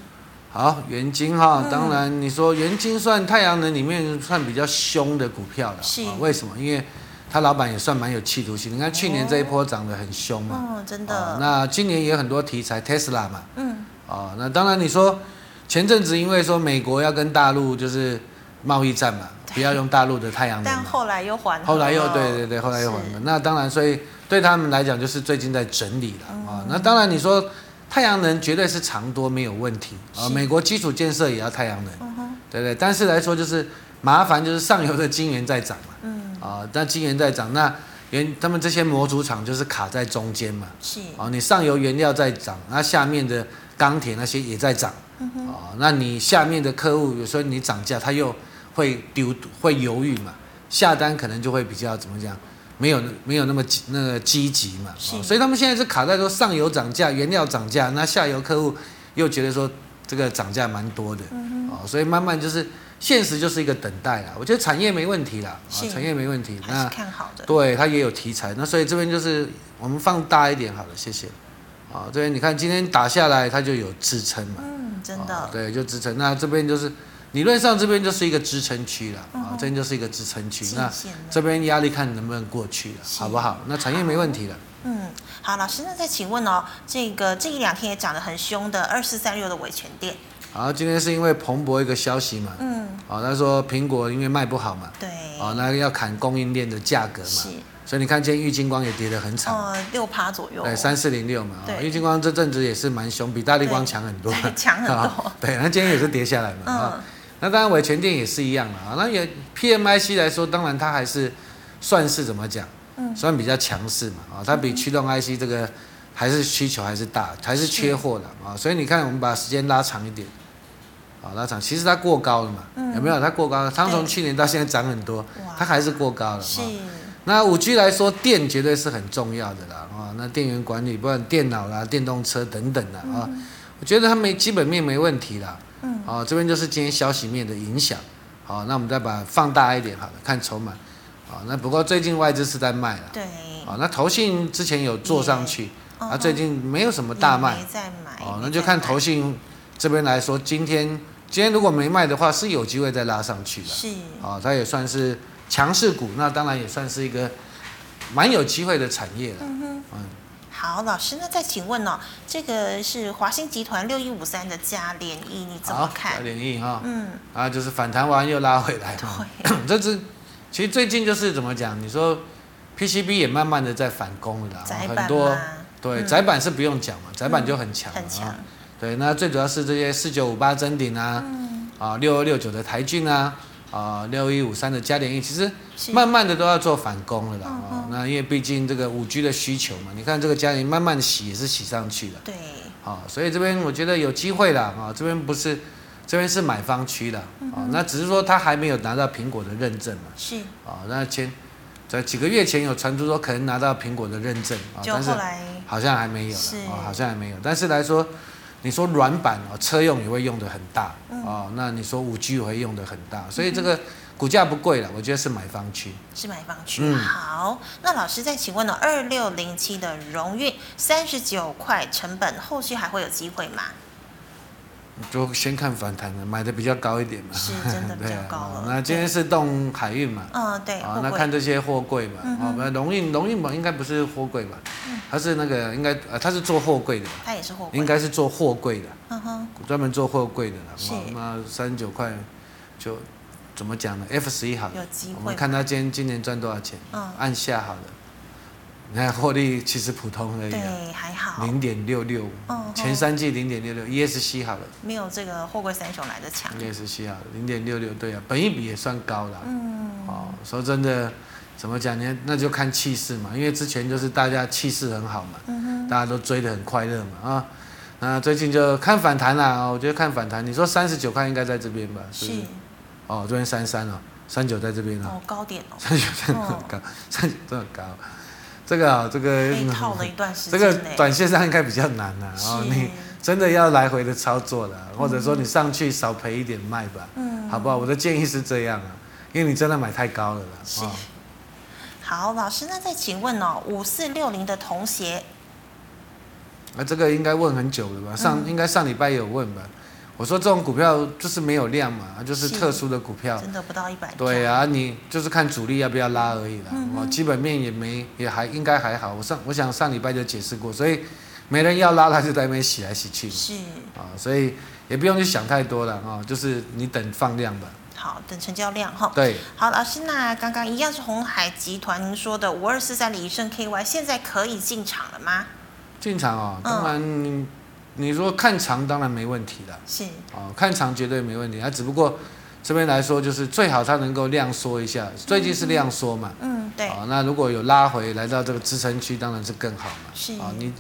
Speaker 2: 好，元金哈、
Speaker 1: 嗯
Speaker 2: 当然你说元金算太阳能里面算比较凶的股票了，
Speaker 1: 是
Speaker 2: 啊为什么？因为他老板也算蛮有企图心，你看去年这一波涨得很凶嘛，
Speaker 1: 嗯，真
Speaker 2: 啊
Speaker 1: 的，
Speaker 2: 那今年也有很多题材，Tesla 嘛，
Speaker 1: 嗯，
Speaker 2: 啊、那当然你说前阵子因为说美国要跟大陆就是贸易战嘛，不要用大陆的太阳能
Speaker 1: 但
Speaker 2: 嘛。
Speaker 1: 后来又缓和了，
Speaker 2: 后来又对对对，后来又还了。那当然，所以对他们来讲，就是最近在整理了
Speaker 1: 嗯
Speaker 2: 啊、那当然，你说太阳能绝对是长多没有问题啊、
Speaker 1: 是
Speaker 2: 美国基础建设也要太阳能，
Speaker 1: 嗯哼，
Speaker 2: 对不对？但是来说就是麻烦，就是上游的晶圆在涨嘛
Speaker 1: 嗯，
Speaker 2: 啊、那晶圆在涨，那原他们这些模组厂就是卡在中间嘛
Speaker 1: 是，
Speaker 2: 啊、你上游原料在涨，那下面的钢铁那些也在涨
Speaker 1: 嗯
Speaker 2: 啊、那你下面的客户有时候你涨价，他又会丢会犹豫嘛，下单可能就会比较怎么讲，没有没有那么积那个积极嘛、
Speaker 1: 是
Speaker 2: 哦所以他们现在是卡在说上游涨价，原料涨价，那下游客户又觉得说这个涨价蛮多的
Speaker 1: 嗯
Speaker 2: 哦，所以慢慢就是现实就是一个等待啦。我觉得产业没问题啦，啊
Speaker 1: 是
Speaker 2: 产业没问题，
Speaker 1: 哼，还
Speaker 2: 那
Speaker 1: 是看好的，
Speaker 2: 对，它也有题材。那所以这边就是我们放大一点好了，谢谢。啊、这边你看今天打下来，它就有支撑嘛。
Speaker 1: 嗯，真的，
Speaker 2: 啊对，就支撑。那这边就是理论上这边就是一个支撑区了，
Speaker 1: 嗯
Speaker 2: 啊、这边就是一个支撑区。
Speaker 1: 谢
Speaker 2: 那
Speaker 1: 谢呢
Speaker 2: 这边压力看能不能过去了，
Speaker 1: 是
Speaker 2: 好不好？那产业没问题了。
Speaker 1: 嗯，好，老师，那再请问哦，这个这一两天也涨得很凶的二四三六的维权店，
Speaker 2: 好，今天是因为彭博一个消息嘛，
Speaker 1: 嗯，
Speaker 2: 啊、他说苹果因为卖不好嘛，
Speaker 1: 对，
Speaker 2: 啊、那要砍供应链的价格嘛
Speaker 1: 是，，
Speaker 2: 所以你看今天玉金光也跌得很惨。
Speaker 1: 呃，六趴左右，
Speaker 2: 对，哎三四零六嘛，
Speaker 1: 对
Speaker 2: 玉金光这阵子也是蛮凶，比大力光
Speaker 1: 对
Speaker 2: 强很多
Speaker 1: 对，强很多
Speaker 2: 啊对，那今天也是跌下来嘛。啊、
Speaker 1: 嗯，
Speaker 2: 那当然维权店也是一样啦。啊那也 PMIC 来说，当然它还是算是怎么讲，
Speaker 1: 嗯
Speaker 2: 算比较强势嘛。啊、它比驱动 IC 这个还是需求还是大，还是缺货的啊、所以你看，我们把时间拉长一点。啊，拉长，其实它过高了嘛，
Speaker 1: 嗯
Speaker 2: 有没有？它过高了，它从
Speaker 1: 对
Speaker 2: 去年到现在涨很多
Speaker 1: 哇，
Speaker 2: 它还是过高了。啊
Speaker 1: 是，
Speaker 2: 那五 G 来说，电绝对是很重要的啦，啊、那电源管理，不管电脑啦、电动车等等啦，啊、我觉得它没基本面没问题啦，
Speaker 1: 嗯，
Speaker 2: 啊、这边就是今天消息面的影响，好、那我们再把它放大一点好了，看筹码，啊、那不过最近外资是在卖了，
Speaker 1: 对，
Speaker 2: 啊、那投信之前有做上去，
Speaker 1: 嗯
Speaker 2: 啊，
Speaker 1: 哼
Speaker 2: 最近没有什么大卖
Speaker 1: 也，没在买，
Speaker 2: 哦，
Speaker 1: 也
Speaker 2: 那
Speaker 1: 没
Speaker 2: 就
Speaker 1: 在
Speaker 2: 看
Speaker 1: 买
Speaker 2: 投信这边来说，今天今天如果没卖的话，是有机会再拉上去的。
Speaker 1: 是，
Speaker 2: 啊、它也算是强势股，那当然也算是一个蛮有机会的产业了。
Speaker 1: 嗯哼。
Speaker 2: 嗯，
Speaker 1: 好，老师，那再请问哦，这个是华兴集团六一五三的嘉联益，你怎么
Speaker 2: 好，
Speaker 1: 看？
Speaker 2: 联益哈，
Speaker 1: 嗯，
Speaker 2: 啊，就是反弹完又拉回来
Speaker 1: 对
Speaker 2: 嘛。， 这只其实最近就是怎么讲？你说 PCB 也慢慢的在反攻了啦，
Speaker 1: 窄
Speaker 2: 啊很
Speaker 1: 板
Speaker 2: 多
Speaker 1: 嘛，
Speaker 2: 对
Speaker 1: 嗯
Speaker 2: 窄板是不用讲嘛，窄板就很强了
Speaker 1: 很强
Speaker 2: 啊。，对，那最主要是这些四九五八真顶啊，
Speaker 1: 嗯，
Speaker 2: 啊六二六九的台骏啊，啊六一五三的嘉联益，其实
Speaker 1: 是，
Speaker 2: 慢慢的都要做反攻了啦。
Speaker 1: 嗯
Speaker 2: 啊，那因为毕竟这个五 G 的需求嘛，你看这个嘉联益慢慢洗也是洗上去了。
Speaker 1: 对，
Speaker 2: 啊、所以这边我觉得有机会啦，啊、这边不是，这边是买方区的，啊、
Speaker 1: 嗯
Speaker 2: 那只是说他还没有拿到苹果的认证嘛，
Speaker 1: 是，
Speaker 2: 啊、那前在几个月前有传出说可能拿到苹果的认证啊、
Speaker 1: 就
Speaker 2: 但是
Speaker 1: 后来
Speaker 2: 好像还没有
Speaker 1: 是
Speaker 2: 了，啊、好像还没有，但是来说，你说软板哦，车用也会用的很大，啊、
Speaker 1: 嗯
Speaker 2: 那你说五 G 也会用的很大，所以这个股价不贵了，我觉得是买方区。
Speaker 1: 是买方区。
Speaker 2: 嗯
Speaker 1: 好，那老师再请问呢、哦，二六零七的荣运三十九块成本，后续还会有机会吗？
Speaker 2: 就先看反弹的，买的比较高一点嘛，
Speaker 1: 是真 的比
Speaker 2: 对
Speaker 1: 较
Speaker 2: 啊
Speaker 1: 高了
Speaker 2: 哦那今天是动海运嘛，
Speaker 1: 嗯，对，
Speaker 2: 啊
Speaker 1: 货，
Speaker 2: 那
Speaker 1: 柜
Speaker 2: 看这些货柜嘛，
Speaker 1: 嗯哼
Speaker 2: 啊，不，龙运龙运本应该不是货柜吧？它是那个应该呃，它是做货柜的吧，
Speaker 1: 它也是货柜，
Speaker 2: 应该是做货柜的，
Speaker 1: 嗯哼，
Speaker 2: 专门做货柜的啦。
Speaker 1: 是
Speaker 2: 哦那三十九块就怎么讲呢？F 十一好了，
Speaker 1: 有机
Speaker 2: 嗯我
Speaker 1: 会
Speaker 2: 们。看它今天今年赚多少钱，
Speaker 1: 嗯
Speaker 2: 按下好了。你看获利其实普通而已啊，
Speaker 1: 对，还好，
Speaker 2: 零点六六
Speaker 1: 嗯哼，
Speaker 2: 前三季零点六六，ESC 好了
Speaker 1: 没有这个货柜三雄来的强。
Speaker 2: ，ESC 好了，零点六六，对啊，本益比也算高了。
Speaker 1: 嗯，
Speaker 2: 哦，说真的，怎么讲呢？那就看气势嘛，因为之前就是大家气势很好嘛，
Speaker 1: 嗯
Speaker 2: 大家都追得很快乐嘛啊。那最近就看反弹啦、哦我觉得看反弹。你说三十九块应该在这边吧？是不是
Speaker 1: 是
Speaker 2: 哦，这边三三哦，三九在这边哦，
Speaker 1: 哦，高点哦，
Speaker 2: 三九真的很高，三九真的很高。这个啊、这个
Speaker 1: 被套了一段时
Speaker 2: 这
Speaker 1: 间
Speaker 2: 个
Speaker 1: 呢。
Speaker 2: 短线上应该比较难啦、
Speaker 1: 是
Speaker 2: 哦，你真的要来回的操作了，或者说你上去少赔一点卖吧，
Speaker 1: 嗯
Speaker 2: 好不好？我的建议是这样啊，因为你真的买太高了啦。
Speaker 1: 是
Speaker 2: 哦
Speaker 1: 好，老师，那再请问哦，五四六零的童鞋，
Speaker 2: 啊，这个应该问很久了
Speaker 1: 嗯
Speaker 2: 吧？上、应该上礼拜有问吧？我说这种股票就是没有量嘛，啊就是
Speaker 1: 是
Speaker 2: 特殊的股票。
Speaker 1: 真的不到一百。
Speaker 2: 对，啊，你就是看主力要不要拉而已啦。
Speaker 1: 嗯
Speaker 2: 我、基本面也没也还应该还好。我上我想上礼拜就解释过，所以没人要拉，它就在那边洗来洗去嘛。
Speaker 1: 是
Speaker 2: 啊、所以也不用去想太多了啊、就是你等放量吧。
Speaker 1: 好，等成交量哈。
Speaker 2: 对，
Speaker 1: 好，老师，那刚刚一样是红海集团您说的五二四三李胜 KY，现在可以进场了吗？
Speaker 2: 进场哦，
Speaker 1: 嗯
Speaker 2: 当然、你说看长当然没问题了。
Speaker 1: 是，
Speaker 2: 哦，看长绝对没问题，它只不过这边来说就是最好它能够量缩一下，最近是量缩嘛，
Speaker 1: 嗯，对，
Speaker 2: 哦，那如果有拉回来到这个支撑区，当然是更好嘛，
Speaker 1: 是
Speaker 2: 啊、你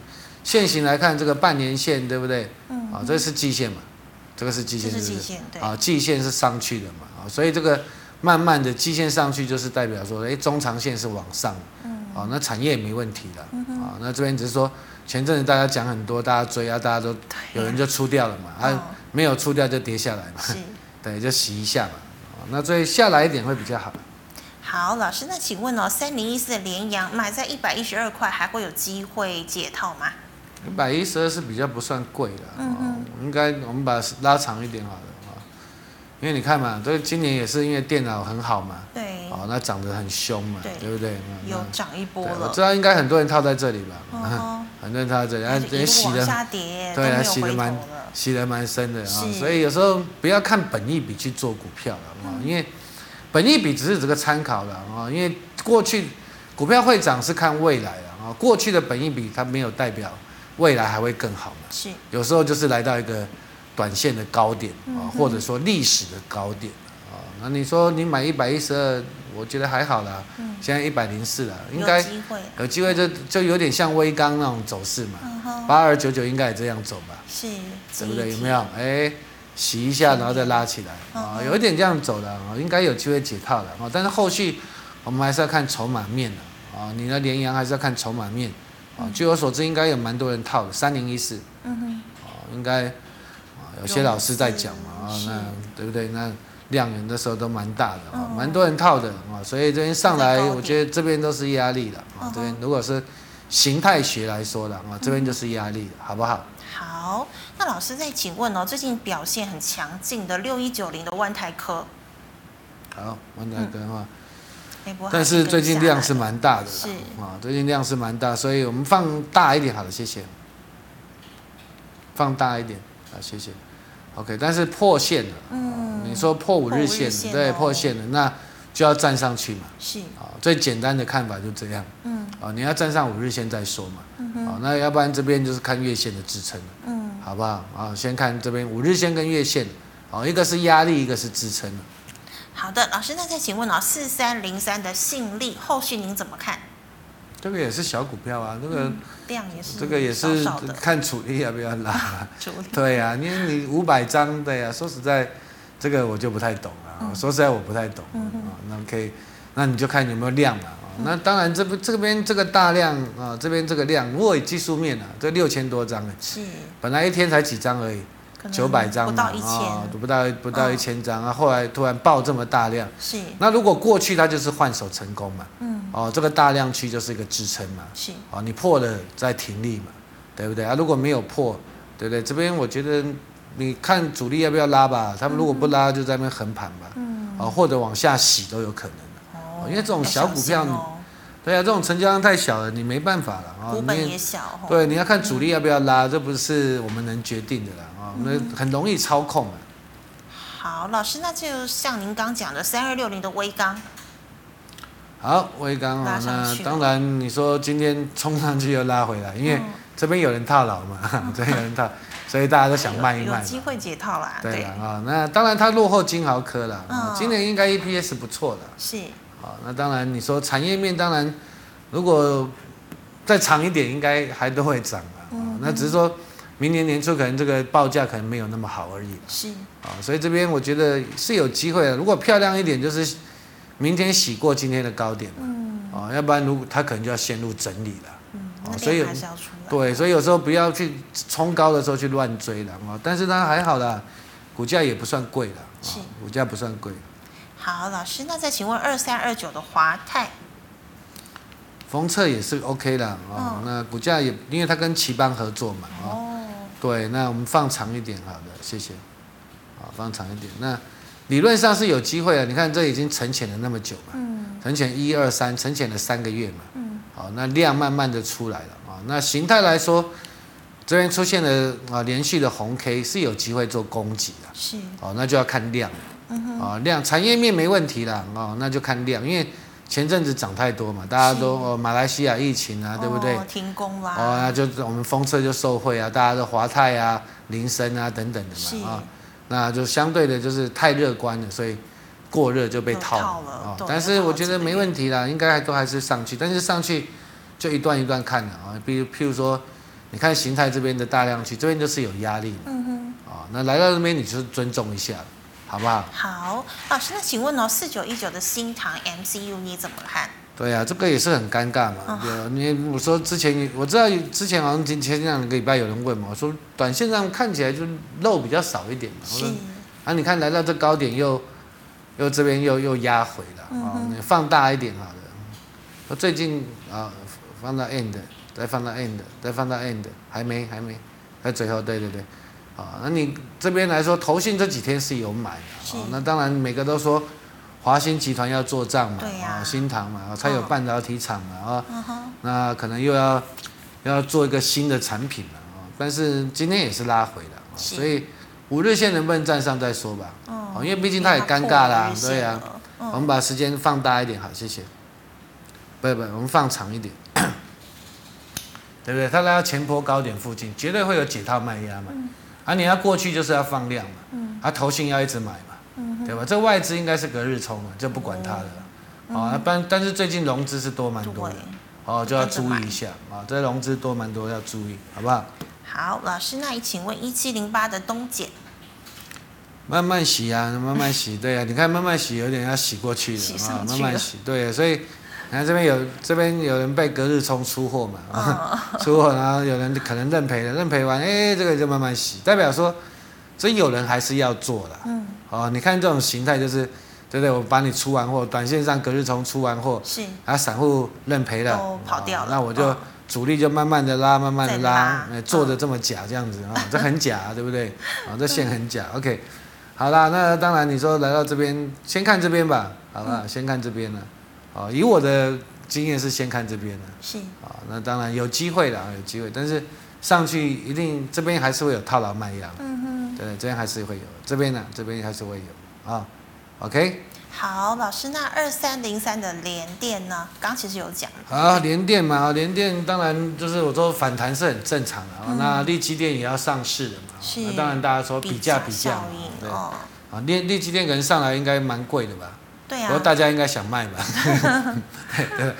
Speaker 2: 现行来看这个半年线对不对？
Speaker 1: 嗯
Speaker 2: 啊、这是季线嘛，这个是季
Speaker 1: 这
Speaker 2: 线
Speaker 1: 是
Speaker 2: 是
Speaker 1: 极
Speaker 2: 不是？
Speaker 1: 限，对，
Speaker 2: 啊、季线是上去的嘛，啊、所以这个慢慢的季线上去就是代表说，哎，中长线是往上，
Speaker 1: 嗯，
Speaker 2: 啊、那产业也没问题了，啊、那这边只是说前阵子大家讲很多，大家追啊，大家都
Speaker 1: 对啊
Speaker 2: 有人就出掉了嘛，啊。
Speaker 1: 哦
Speaker 2: 没有出掉就跌下来嘛，
Speaker 1: 是。
Speaker 2: 对，就洗一下嘛。哦那所以下来一点会比较好。
Speaker 1: 好，老师，那请问哦，三零一四的联阳买在一百一十二块，还会有机会解套吗？
Speaker 2: 一百一十二是比较不算贵的，
Speaker 1: 嗯
Speaker 2: 哦，应该我们把它拉长一点好了啊、哦因为你看嘛，这个今年也是因为电脑很好嘛，
Speaker 1: 对，
Speaker 2: 哦，那涨得很凶嘛，
Speaker 1: 对
Speaker 2: 对不对？嗯
Speaker 1: 有
Speaker 2: 嗯
Speaker 1: 涨一波
Speaker 2: 对，我
Speaker 1: 了
Speaker 2: 知，道应该很多人套在这里嗯吧，
Speaker 1: 哦，
Speaker 2: 很多人套在这里，
Speaker 1: 它
Speaker 2: 然
Speaker 1: 就
Speaker 2: 后
Speaker 1: 一
Speaker 2: 也
Speaker 1: 路
Speaker 2: 洗
Speaker 1: 往
Speaker 2: 的
Speaker 1: 下跌，
Speaker 2: 对啊
Speaker 1: 都没
Speaker 2: 洗得
Speaker 1: 有回
Speaker 2: 蛮
Speaker 1: 头了，
Speaker 2: 洗的蛮深的啊、
Speaker 1: 是
Speaker 2: 所以有时候不要看本益比去做股票了
Speaker 1: 嗯
Speaker 2: 啊、哦因为本益比只是这个参考了啊、哦因为过去股票会涨是看未来了啊、哦过去的本益比它没有代表未来还会更好嘛，
Speaker 1: 是，
Speaker 2: 有时候就是来到一个短线的高点啊、
Speaker 1: 嗯哼
Speaker 2: 或者说历史的高点啊、那你说你买一百一十二，我觉得还好啦，
Speaker 1: 嗯
Speaker 2: 现在一百零四了，应
Speaker 1: 有
Speaker 2: 该
Speaker 1: 机会，
Speaker 2: 有机会就就有点像微刚那种走势嘛，
Speaker 1: 嗯哼，
Speaker 2: 八二九九应该也这样走吧。
Speaker 1: 是，
Speaker 2: 对不对？有
Speaker 1: 集
Speaker 2: 没
Speaker 1: 体
Speaker 2: 有？哎，洗一下，然后再拉起来
Speaker 1: 嗯
Speaker 2: 啊、
Speaker 1: 嗯
Speaker 2: 有一点这样走的啊、应该有机会解套的啊、但是后续我们还是要看筹码面的啊、你的联阳还是要看筹码面啊、据我所知，应该有蛮多人套的，三零一四
Speaker 1: 嗯哼，
Speaker 2: 啊，应该啊、有些老师在讲嘛啊、
Speaker 1: 是
Speaker 2: 那对不对？那量源那时候都蛮大的啊、
Speaker 1: 嗯
Speaker 2: 蛮多人套的啊、所以这边上来，
Speaker 1: 在高点
Speaker 2: 我觉得这边都是压力的
Speaker 1: 嗯
Speaker 2: 啊、
Speaker 1: 哼嗯
Speaker 2: 这边如果是形态学来说的啊、这边就是压力的，好不好？
Speaker 1: 好，那老师再请问哦，最近表现很强劲的六一九零的万泰科，
Speaker 2: 好，万泰科哈，
Speaker 1: 哎嗯不过还
Speaker 2: 啊但是
Speaker 1: 跟
Speaker 2: 最近
Speaker 1: 下
Speaker 2: 量
Speaker 1: 来
Speaker 2: 是蛮大的
Speaker 1: 是
Speaker 2: 啦，啊，最近量是蛮大，所以我们放大一点好了，谢谢，放大一点啊，谢谢，OK，但是破线了，
Speaker 1: 嗯
Speaker 2: 你说破五日
Speaker 1: 破五
Speaker 2: 线，
Speaker 1: 日线
Speaker 2: 对，
Speaker 1: 哦
Speaker 2: 破线了，那就要站上去嘛，
Speaker 1: 是
Speaker 2: 啊，最简单的看法就这样，
Speaker 1: 嗯
Speaker 2: 啊，你要站上五日线再说嘛，
Speaker 1: 嗯
Speaker 2: 啊，那要不然这边就是看月线的支撑了。
Speaker 1: 嗯
Speaker 2: 好不好？啊，先看这边五日线跟月线，哦，一个是压力，一个是支撑。
Speaker 1: 好的，老师那再请问哦，四三零三的信利后续您怎么看？
Speaker 2: 这个也是小股票啊，这个、
Speaker 1: 嗯量也是
Speaker 2: 这个也是
Speaker 1: 少少的
Speaker 2: 看主力要不要拉、
Speaker 1: 主力
Speaker 2: 对呀、啊，因为你五百张的呀、说实在，这个我就不太懂了、
Speaker 1: 嗯
Speaker 2: 说实在我不太懂啊、
Speaker 1: 嗯嗯
Speaker 2: 那可以，那你就看有没有量嘛、啊那当然这，不这边这个大量啊，这边这个量，如果以技术面啊，这六千多张哎，
Speaker 1: 是
Speaker 2: 本来一天才几张而已，
Speaker 1: 可能
Speaker 2: 九百张
Speaker 1: 不
Speaker 2: 嘛，
Speaker 1: 到
Speaker 2: 啊，
Speaker 1: 一千、
Speaker 2: 不到不到
Speaker 1: 嗯
Speaker 2: 一千张啊，后来突然爆这么大量。
Speaker 1: 是
Speaker 2: 那如果过去它就是换手成功嘛，
Speaker 1: 嗯
Speaker 2: 哦，这个大量区就是一个支撑嘛，
Speaker 1: 是
Speaker 2: 哦，你破了再停利嘛，对不对啊？如果没有破，对不对？这边我觉得你看主力要不要拉吧，他们如果不拉就在那边横盘吧，
Speaker 1: 嗯
Speaker 2: 哦，或者往下洗都有可能。
Speaker 1: 哦
Speaker 2: 因为这
Speaker 1: 要
Speaker 2: 种小股票
Speaker 1: 小心哦
Speaker 2: 对啊，这种成交量太小了，你没办法了啊、
Speaker 1: 股
Speaker 2: 哦，
Speaker 1: 本
Speaker 2: 你
Speaker 1: 也
Speaker 2: 也
Speaker 1: 小哦，
Speaker 2: 对，你要看主力要不要拉，这不是我们能决定的啦啊、哦，
Speaker 1: 嗯
Speaker 2: 那很容易操控嘛。
Speaker 1: 好，老师，那就像您刚讲的三二六零的微钢，
Speaker 2: 好，威刚
Speaker 1: 拉
Speaker 2: 啊，
Speaker 1: 上
Speaker 2: 那
Speaker 1: 去了
Speaker 2: 当然你说今天冲上去又拉回来，因为
Speaker 1: 嗯
Speaker 2: 这边有人套牢嘛， 这边有人套，所以大家都想卖一
Speaker 1: 哎有
Speaker 2: 卖
Speaker 1: 有机
Speaker 2: 嘛。
Speaker 1: 会解套啦，
Speaker 2: 对了啊、那当然它落后金豪科了，啊
Speaker 1: 嗯
Speaker 2: 今年应该 EPS 不错的。
Speaker 1: 是
Speaker 2: 好，那当然你说产业面，当然如果再长一点，应该还都会涨啊。
Speaker 1: 嗯
Speaker 2: 啊那只是说明年年初可能这个报价可能没有那么好而已。
Speaker 1: 是，
Speaker 2: 啊，所以这边我觉得是有机会的。如果漂亮一点，就是明天洗过今天的高点嘛。
Speaker 1: 嗯
Speaker 2: 啊、要不然如果它可能就要陷入整理了。
Speaker 1: 嗯，
Speaker 2: 哦
Speaker 1: 那
Speaker 2: 所以
Speaker 1: 边还是要出来，
Speaker 2: 对，所以有时候不要去冲高的时候去乱追了啊。但是它还好啦，股价也不算贵了，啊
Speaker 1: 是
Speaker 2: 股价不算贵。
Speaker 1: 好，老师，那再请问二三二九的华泰，
Speaker 2: 封测也是 OK 啦，啊、
Speaker 1: 嗯
Speaker 2: 那股价也因为它跟奇邦合作嘛，啊、
Speaker 1: 哦，
Speaker 2: 对，那我们放长一点，好的，谢谢。啊，放长一点。那理论上是有机会啊，你看这已经沉潜了那么久嘛，
Speaker 1: 嗯
Speaker 2: 沉潜一二三，沉潜了三个月嘛。
Speaker 1: 嗯，
Speaker 2: 好，那量慢慢的出来了啊。那形态来说，这边出现了啊连续的红 K 是有机会做攻击的，
Speaker 1: 是，
Speaker 2: 哦，那就要看量
Speaker 1: 嗯哼，
Speaker 2: 啊，量产业面没问题啦，哦，那就看量，因为前阵子涨太多嘛，大家都
Speaker 1: 是
Speaker 2: 哦马来西亚疫情啊，对不对？
Speaker 1: 哦停工啦，
Speaker 2: 哦，那就我们风车就受惠啊，大家都华泰啊、林森啊等等的
Speaker 1: 是
Speaker 2: 嘛啊、那就相对的就是太乐观了，所以过热就被套
Speaker 1: 被套了
Speaker 2: 啊、
Speaker 1: 对
Speaker 2: 但是我觉
Speaker 1: 被套
Speaker 2: 得
Speaker 1: 了
Speaker 2: 没问题啦，应该还都还是上去，但是上去就一段一段看的啊、比如譬如说，你看形态这边的大量区，这边就是有压力嘛
Speaker 1: 嗯哼。
Speaker 2: 啊、那来到这边你就是尊重一下，好不好？
Speaker 1: 好，老师，那请问哦，四九一九的新塘 MCU 你怎么看？
Speaker 2: 对呀、这个也是很尴尬嘛。对啊你我说之前我知道之前好像今前两个礼拜有人问嘛，我说短线上看起来就肉比较少一点嘛。我说
Speaker 1: 是，
Speaker 2: 啊，你看来到这高点又又这边又又压回了
Speaker 1: 嗯
Speaker 2: 啊、
Speaker 1: 哼
Speaker 2: 你放大一点好了。我最近啊放到 end，再放到 end，再放到 end，还没还没，在最后对对对。啊，那你这边来说，投信这几天是有买
Speaker 1: 是
Speaker 2: 的，啊，那当然每个都说华兴集团要做账嘛，
Speaker 1: 对呀
Speaker 2: 啊，新唐嘛，啊，它有
Speaker 1: 嗯
Speaker 2: 半导体厂嘛，啊，
Speaker 1: 嗯哼，
Speaker 2: 那可能又要要做一个新的产品了啊、但是今天也是拉回了、啊，
Speaker 1: 是
Speaker 2: 所以五日线能不能站上再说吧。
Speaker 1: 哦
Speaker 2: 哦，因为毕竟它也尴尬啦，对呀、
Speaker 1: 啊，
Speaker 2: 我
Speaker 1: 嗯，
Speaker 2: 们把时间放大一点，好，谢谢。不不，我们放长一点， 对不对？它来到前坡高点附近，绝对会有解套卖压嘛。啊，你要过去就是要放量嘛，
Speaker 1: 嗯
Speaker 2: 啊，投信要一直买嘛，
Speaker 1: 嗯
Speaker 2: 对吧？这外资应该是隔日冲嘛，就不管它了。哦，啊不然但是最近融资是多蛮多的
Speaker 1: 对。
Speaker 2: 哦，就要注
Speaker 1: 哎跟着
Speaker 2: 意一下啊，这融资多蛮多要注意，好不好？
Speaker 1: 好，老师，那也请问一七零八的东碱
Speaker 2: 慢慢洗啊，慢慢洗，对啊，你 看慢慢洗有点要洗过去
Speaker 1: 洗
Speaker 2: 了
Speaker 1: 上
Speaker 2: 啊，
Speaker 1: 去
Speaker 2: 慢
Speaker 1: 了
Speaker 2: 慢洗，对、所以你看这边有这边有人被隔日冲出货嘛，
Speaker 1: 啊，
Speaker 2: 出货，然后有人可能认赔了，认赔完，哎，这个就慢慢洗，代表说，所以有人还是要做的，
Speaker 1: 嗯，
Speaker 2: 哦，你看这种形态就是，对不对？我把你出完货，短线上隔日冲出完货，
Speaker 1: 是
Speaker 2: 啊然后散户认赔了
Speaker 1: 哦
Speaker 2: 啊
Speaker 1: 都，跑掉了
Speaker 2: 那我就
Speaker 1: 嗯
Speaker 2: 主力就慢慢的拉，慢慢的拉
Speaker 1: 再，拉嗯
Speaker 2: 呃做的这么假这样子啊、这很 假、对不对？啊、这线很假。OK，好啦，那当然你说来到这边，先看这边吧，好
Speaker 1: 嗯
Speaker 2: 吧，先看这边了。啊、以我的经验是先看这边的。
Speaker 1: 是
Speaker 2: 啊，那当然有机会啦，有机会，但是上去一定这边还是会有套牢卖压，嗯对，这边还是会有，这边呢，这边还是会有啊，OK，
Speaker 1: 好，老师，那二三零三的联电呢？刚其实有讲，
Speaker 2: 好，联啊电嘛，联电当然就是我说反弹是很正常的，啊那利基电也要上市的嘛，
Speaker 1: 嗯是
Speaker 2: 那当然大家说哦比价比价
Speaker 1: 效
Speaker 2: 嘛，
Speaker 1: 应
Speaker 2: 对，
Speaker 1: 哦，
Speaker 2: 啊，利利基电可能上来应该蛮贵的吧，
Speaker 1: 对
Speaker 2: 不
Speaker 1: 啊
Speaker 2: 过，大家应该想 卖吧，对对，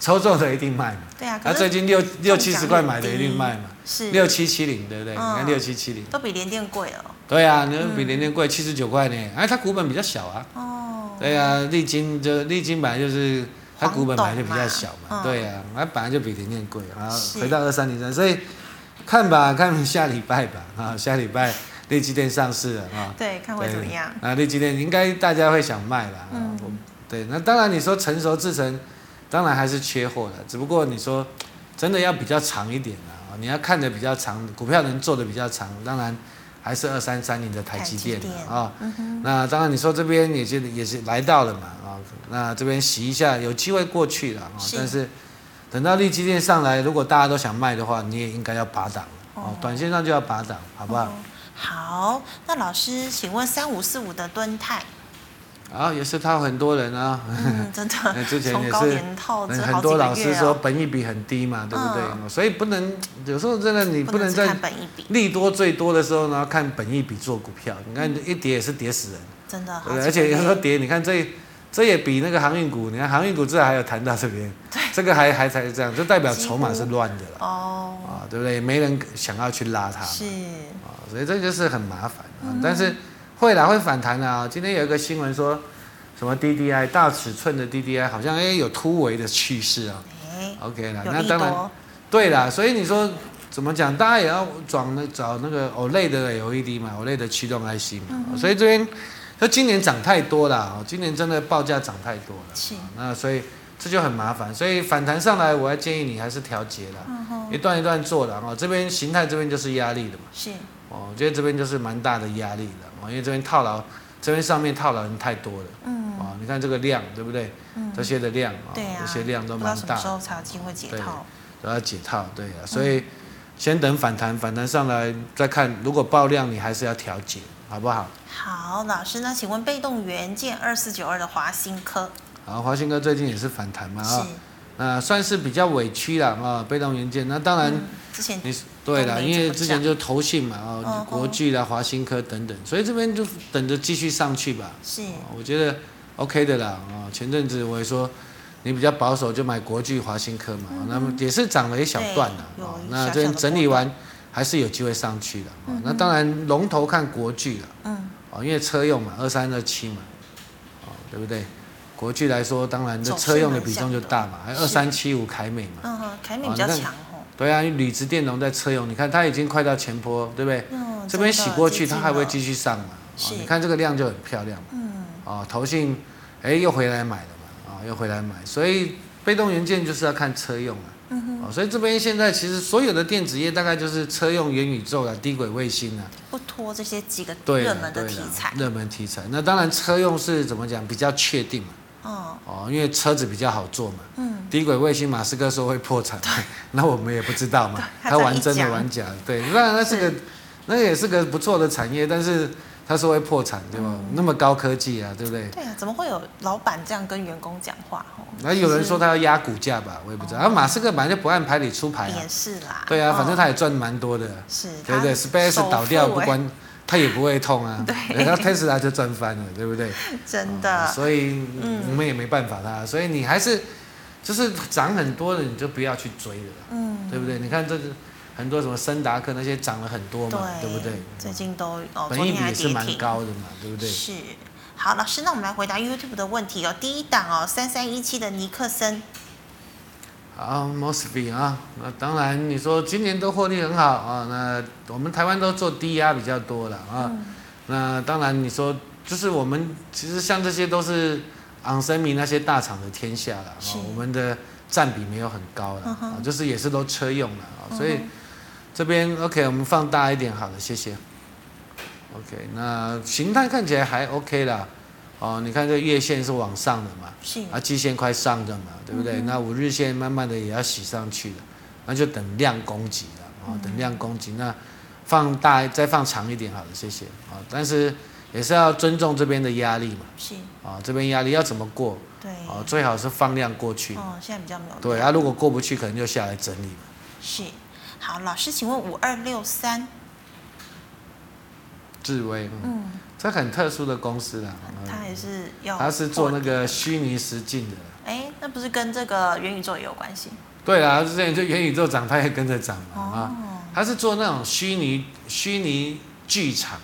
Speaker 2: 抽中的一定卖嘛，
Speaker 1: 对啊，
Speaker 2: 那
Speaker 1: 可
Speaker 2: 最
Speaker 1: 是
Speaker 2: 近六六
Speaker 1: 中
Speaker 2: 七
Speaker 1: 奖
Speaker 2: 十
Speaker 1: 率
Speaker 2: 块买的
Speaker 1: 低
Speaker 2: 一定卖嘛。
Speaker 1: 是
Speaker 2: 六七七零，对不对？你
Speaker 1: 嗯
Speaker 2: 看六七七零，
Speaker 1: 都比联电贵哦了
Speaker 2: 对啊，你比联电贵七十九块呢。哎，它股本比较小啊。
Speaker 1: 哦，
Speaker 2: 对啊，利金就利金本来就是它股本本来就比较小
Speaker 1: 黄董嘛。嗯
Speaker 2: 嘛对啊，它本来就比联电贵啊。
Speaker 1: 是
Speaker 2: 回到二三零三，所以看吧，看下礼拜吧啊，下礼拜利基电上市了啊。
Speaker 1: 对，看会怎么样？
Speaker 2: 对？啊，利基电应该大家会想卖啦。
Speaker 1: 嗯
Speaker 2: 我对，那当然你说成熟制成，当然还是缺货的，只不过你说真的要比较长一点啦，啊你要看的比较长，股票能做的比较长，当然还是二三三零的台积电
Speaker 1: 台积电嗯
Speaker 2: 啊、啊那当然你说这边也是也是来到了嘛啊、那这边洗一下，有机会过去了啊、
Speaker 1: 是
Speaker 2: 但是等到利基电上来，如果大家都想卖的话，你也应该要拔档哦
Speaker 1: 哦
Speaker 2: 短线上就要拔档，好不好？
Speaker 1: 哦好，那老师，请问三五四五的敦泰，
Speaker 2: 啊，也是套很多人啊。
Speaker 1: 嗯，真
Speaker 2: 那
Speaker 1: 的
Speaker 2: 之前
Speaker 1: 从
Speaker 2: 也
Speaker 1: 高
Speaker 2: 是
Speaker 1: 点套
Speaker 2: 很
Speaker 1: 这
Speaker 2: 很
Speaker 1: 好几
Speaker 2: 多老
Speaker 1: 个
Speaker 2: 师
Speaker 1: 月
Speaker 2: 说
Speaker 1: 哦，
Speaker 2: 本益比很低嘛，对不对？
Speaker 1: 嗯
Speaker 2: 所以不能有时候真的你不能
Speaker 1: 只
Speaker 2: 在
Speaker 1: 看本一比，
Speaker 2: 利多最多的时候，然后看本益比做股票，你看一跌也是跌死人，
Speaker 1: 真的嗯
Speaker 2: 对
Speaker 1: 好几
Speaker 2: 不
Speaker 1: 个
Speaker 2: 对？而且有时候
Speaker 1: 月，
Speaker 2: 跌，你看这这也比那个航运股，你看航运股至少还有谈到这边，这个还还才这样，就代表筹码是乱的了
Speaker 1: 哦，
Speaker 2: 啊，对不对？没人想要去拉它，
Speaker 1: 是，
Speaker 2: 啊，所以这就是很麻烦啊。
Speaker 1: 嗯
Speaker 2: 但是会啦，会反弹啊。今天有一个新闻说，什么 DDI 大尺寸的 DDI 好像哎有突围的趋势啊。
Speaker 1: 哎，
Speaker 2: OK 啦，
Speaker 1: 有
Speaker 2: 那
Speaker 1: 利
Speaker 2: 当然
Speaker 1: 多，
Speaker 2: 对啦。所以你说怎么讲，大家也要转那找那个 OLED 的 LED 嘛，OLED 的驱动 IC
Speaker 1: 嗯
Speaker 2: 嘛。所以这边就今年涨太多啦，哦今年真的报价涨太多了。
Speaker 1: 是
Speaker 2: 啊那所以这就很麻烦，所以反弹上来，我还建议你还是调节啦，
Speaker 1: 嗯哼，
Speaker 2: 一段一段做啦。哦。这边形态这边就是压力的嘛。
Speaker 1: 是，
Speaker 2: 哦，我觉得这边就是蛮大的压力的哦，因为这边套牢，这边上面套牢人太多了。
Speaker 1: 嗯
Speaker 2: 哦，你看这个量，对不对？
Speaker 1: 嗯，
Speaker 2: 这些的量啊，
Speaker 1: 对啊，
Speaker 2: 这些量都
Speaker 1: 不知道
Speaker 2: 蛮
Speaker 1: 什么
Speaker 2: 大
Speaker 1: 时候嗯
Speaker 2: 的，
Speaker 1: 才有机会解
Speaker 2: 对
Speaker 1: 套，
Speaker 2: 都要解套，对啊，所以先等反弹，反弹上来再看，如果爆量，你还是要调节，好不好？
Speaker 1: 好，老师，那请问被动元件二四九二的华新科
Speaker 2: 好，华兴哥最近也是反弹嘛啊、
Speaker 1: 是，
Speaker 2: 那算是比较委屈了啊、被动元件，那当然。
Speaker 1: 嗯，之前
Speaker 2: 你对啦，
Speaker 1: 都没
Speaker 2: 因为
Speaker 1: 怎么
Speaker 2: 之前
Speaker 1: 涨
Speaker 2: 就投信嘛，哦
Speaker 1: 嗯，
Speaker 2: 国巨啦、华新科等等，所以这边就等着继续上去吧。
Speaker 1: 是
Speaker 2: 哦我觉得 OK 的啦啊、哦前阵子我也说，你比较保守就买国巨、华新科嘛，啊那么也是涨了一小段啦。
Speaker 1: 嗯对
Speaker 2: 哦
Speaker 1: 有一
Speaker 2: 那
Speaker 1: 小
Speaker 2: 这
Speaker 1: 小
Speaker 2: 边
Speaker 1: 的
Speaker 2: 整理完还是有机会上去的、哦那当然龙头看国巨了，
Speaker 1: 嗯，
Speaker 2: 哦，因为车用嘛，二三二七嘛，哦，对不对？国巨来说，当然这
Speaker 1: 走势
Speaker 2: 车用的
Speaker 1: 蛮
Speaker 2: 比重
Speaker 1: 像
Speaker 2: 就
Speaker 1: 的
Speaker 2: 大嘛，还二
Speaker 1: 是
Speaker 2: 三七五凯美嘛。
Speaker 1: 嗯哼，凯美
Speaker 2: 哦
Speaker 1: 比较
Speaker 2: 那
Speaker 1: 强哦，
Speaker 2: 对啊，因为铝制电容在车用，你看它已经快到前坡，对不对？
Speaker 1: 嗯，
Speaker 2: 这边
Speaker 1: 真
Speaker 2: 洗
Speaker 1: 的
Speaker 2: 过
Speaker 1: 接
Speaker 2: 去，它
Speaker 1: 近
Speaker 2: 还会
Speaker 1: 了
Speaker 2: 继续上嘛？哦
Speaker 1: 是
Speaker 2: 你看这个量就很漂亮嘛。
Speaker 1: 嗯，
Speaker 2: 哦，投信，哎，又回来买了嘛，啊、又回来买，所以被动元件就是要看车用啊。嗯哦，所以这边现在其实所有的电子业大概就是车用元宇宙啊、低轨卫星啊，
Speaker 1: 不拖这些几个
Speaker 2: 对啦
Speaker 1: 热门的题材
Speaker 2: 对啦，热门题材。那当然车用是怎么讲比较确定嘛，
Speaker 1: 嗯，
Speaker 2: 哦，因为车子比较好做嘛。
Speaker 1: 嗯，
Speaker 2: 低轨卫星，马斯克说会破产， 那我们也不知道嘛
Speaker 1: 对。他
Speaker 2: 他
Speaker 1: 这样
Speaker 2: 玩
Speaker 1: 一
Speaker 2: 真的
Speaker 1: 讲
Speaker 2: 玩假的，对，那那是个，那也是个不错的产业，但是他说会破产，对吧？
Speaker 1: 嗯
Speaker 2: 那么高科技啊，对不对？
Speaker 1: 对啊，怎么会有老板这样跟员工讲话？哦，
Speaker 2: 那有人说他要压股价吧，我也不知道。啊，马斯克本来就不按牌理出牌啊
Speaker 1: 嗯也，是啦，
Speaker 2: 对啊，
Speaker 1: 嗯
Speaker 2: 反正他也赚蛮多的，
Speaker 1: 是，
Speaker 2: 对不对
Speaker 1: 他
Speaker 2: ？Space
Speaker 1: 首
Speaker 2: 倒掉
Speaker 1: 富
Speaker 2: 不
Speaker 1: 欸，
Speaker 2: 关，他也不会痛 啊。
Speaker 1: 对
Speaker 2: 然后 Tesla 就赚翻了，对不对？
Speaker 1: 真
Speaker 2: 啊
Speaker 1: 的，嗯
Speaker 2: 所以我们也没办法啦，所以你还是就是涨很多的你就不要去追了啦，
Speaker 1: 嗯，
Speaker 2: 对不对？你看这个很多什么森达克那些涨了很多嘛，对不对？
Speaker 1: 最近都哦，昨
Speaker 2: 本
Speaker 1: 天
Speaker 2: 益比
Speaker 1: 还
Speaker 2: 也是
Speaker 1: 跌
Speaker 2: 蛮
Speaker 1: 停，
Speaker 2: 高的嘛，对不对？
Speaker 1: 是。好，老师，那我们来回答 YouTube 的问题哦。第一档哦，三三一七的尼克森，
Speaker 2: 好 m o s b y 啊，那当然你说今年都获利很好啊，那我们台湾都做低压比较多了啊，
Speaker 1: 嗯
Speaker 2: 那当然你说就是我们其实像这些都是昂森米那些大厂的天下了啊
Speaker 1: 是，
Speaker 2: 我们的占比没有很高了，
Speaker 1: 嗯哼
Speaker 2: 啊，就是也是都车用了啊，
Speaker 1: 嗯
Speaker 2: 所以
Speaker 1: 哼
Speaker 2: 这边 OK，我们放大一点好了，谢谢。OK，那形态看起来还 OK 啦，哦，你看这月线是往上的嘛，
Speaker 1: 是
Speaker 2: 啊，季线快上的嘛，对不对？
Speaker 1: 嗯
Speaker 2: 那五日线慢慢的也要洗上去了，那就等量供给了啊、哦，等量供给。那放大再放长一点好了，谢谢啊、哦。但是也是要尊重这边的压力嘛，
Speaker 1: 是，
Speaker 2: 啊、这边压力要怎么过
Speaker 1: 对，
Speaker 2: 啊、哦？最好是放量过去，
Speaker 1: 嗯哦，现在比较没有
Speaker 2: 对
Speaker 1: 量
Speaker 2: 啊。如果过不去，可能就下来整理嘛。
Speaker 1: 是，好，老师，请问五二六三，
Speaker 2: 智威，嗯，
Speaker 1: 嗯，
Speaker 2: 这很特殊的公司啦，嗯
Speaker 1: 他也是要，
Speaker 2: 它是做那，个虚拟实境的啦。
Speaker 1: 哎，那不是跟这个元宇宙也有关系？
Speaker 2: 对啊啦，之前就元宇宙涨，它也跟着涨嘛啊。
Speaker 1: 哦，
Speaker 2: 他是做那种虚拟虚拟剧场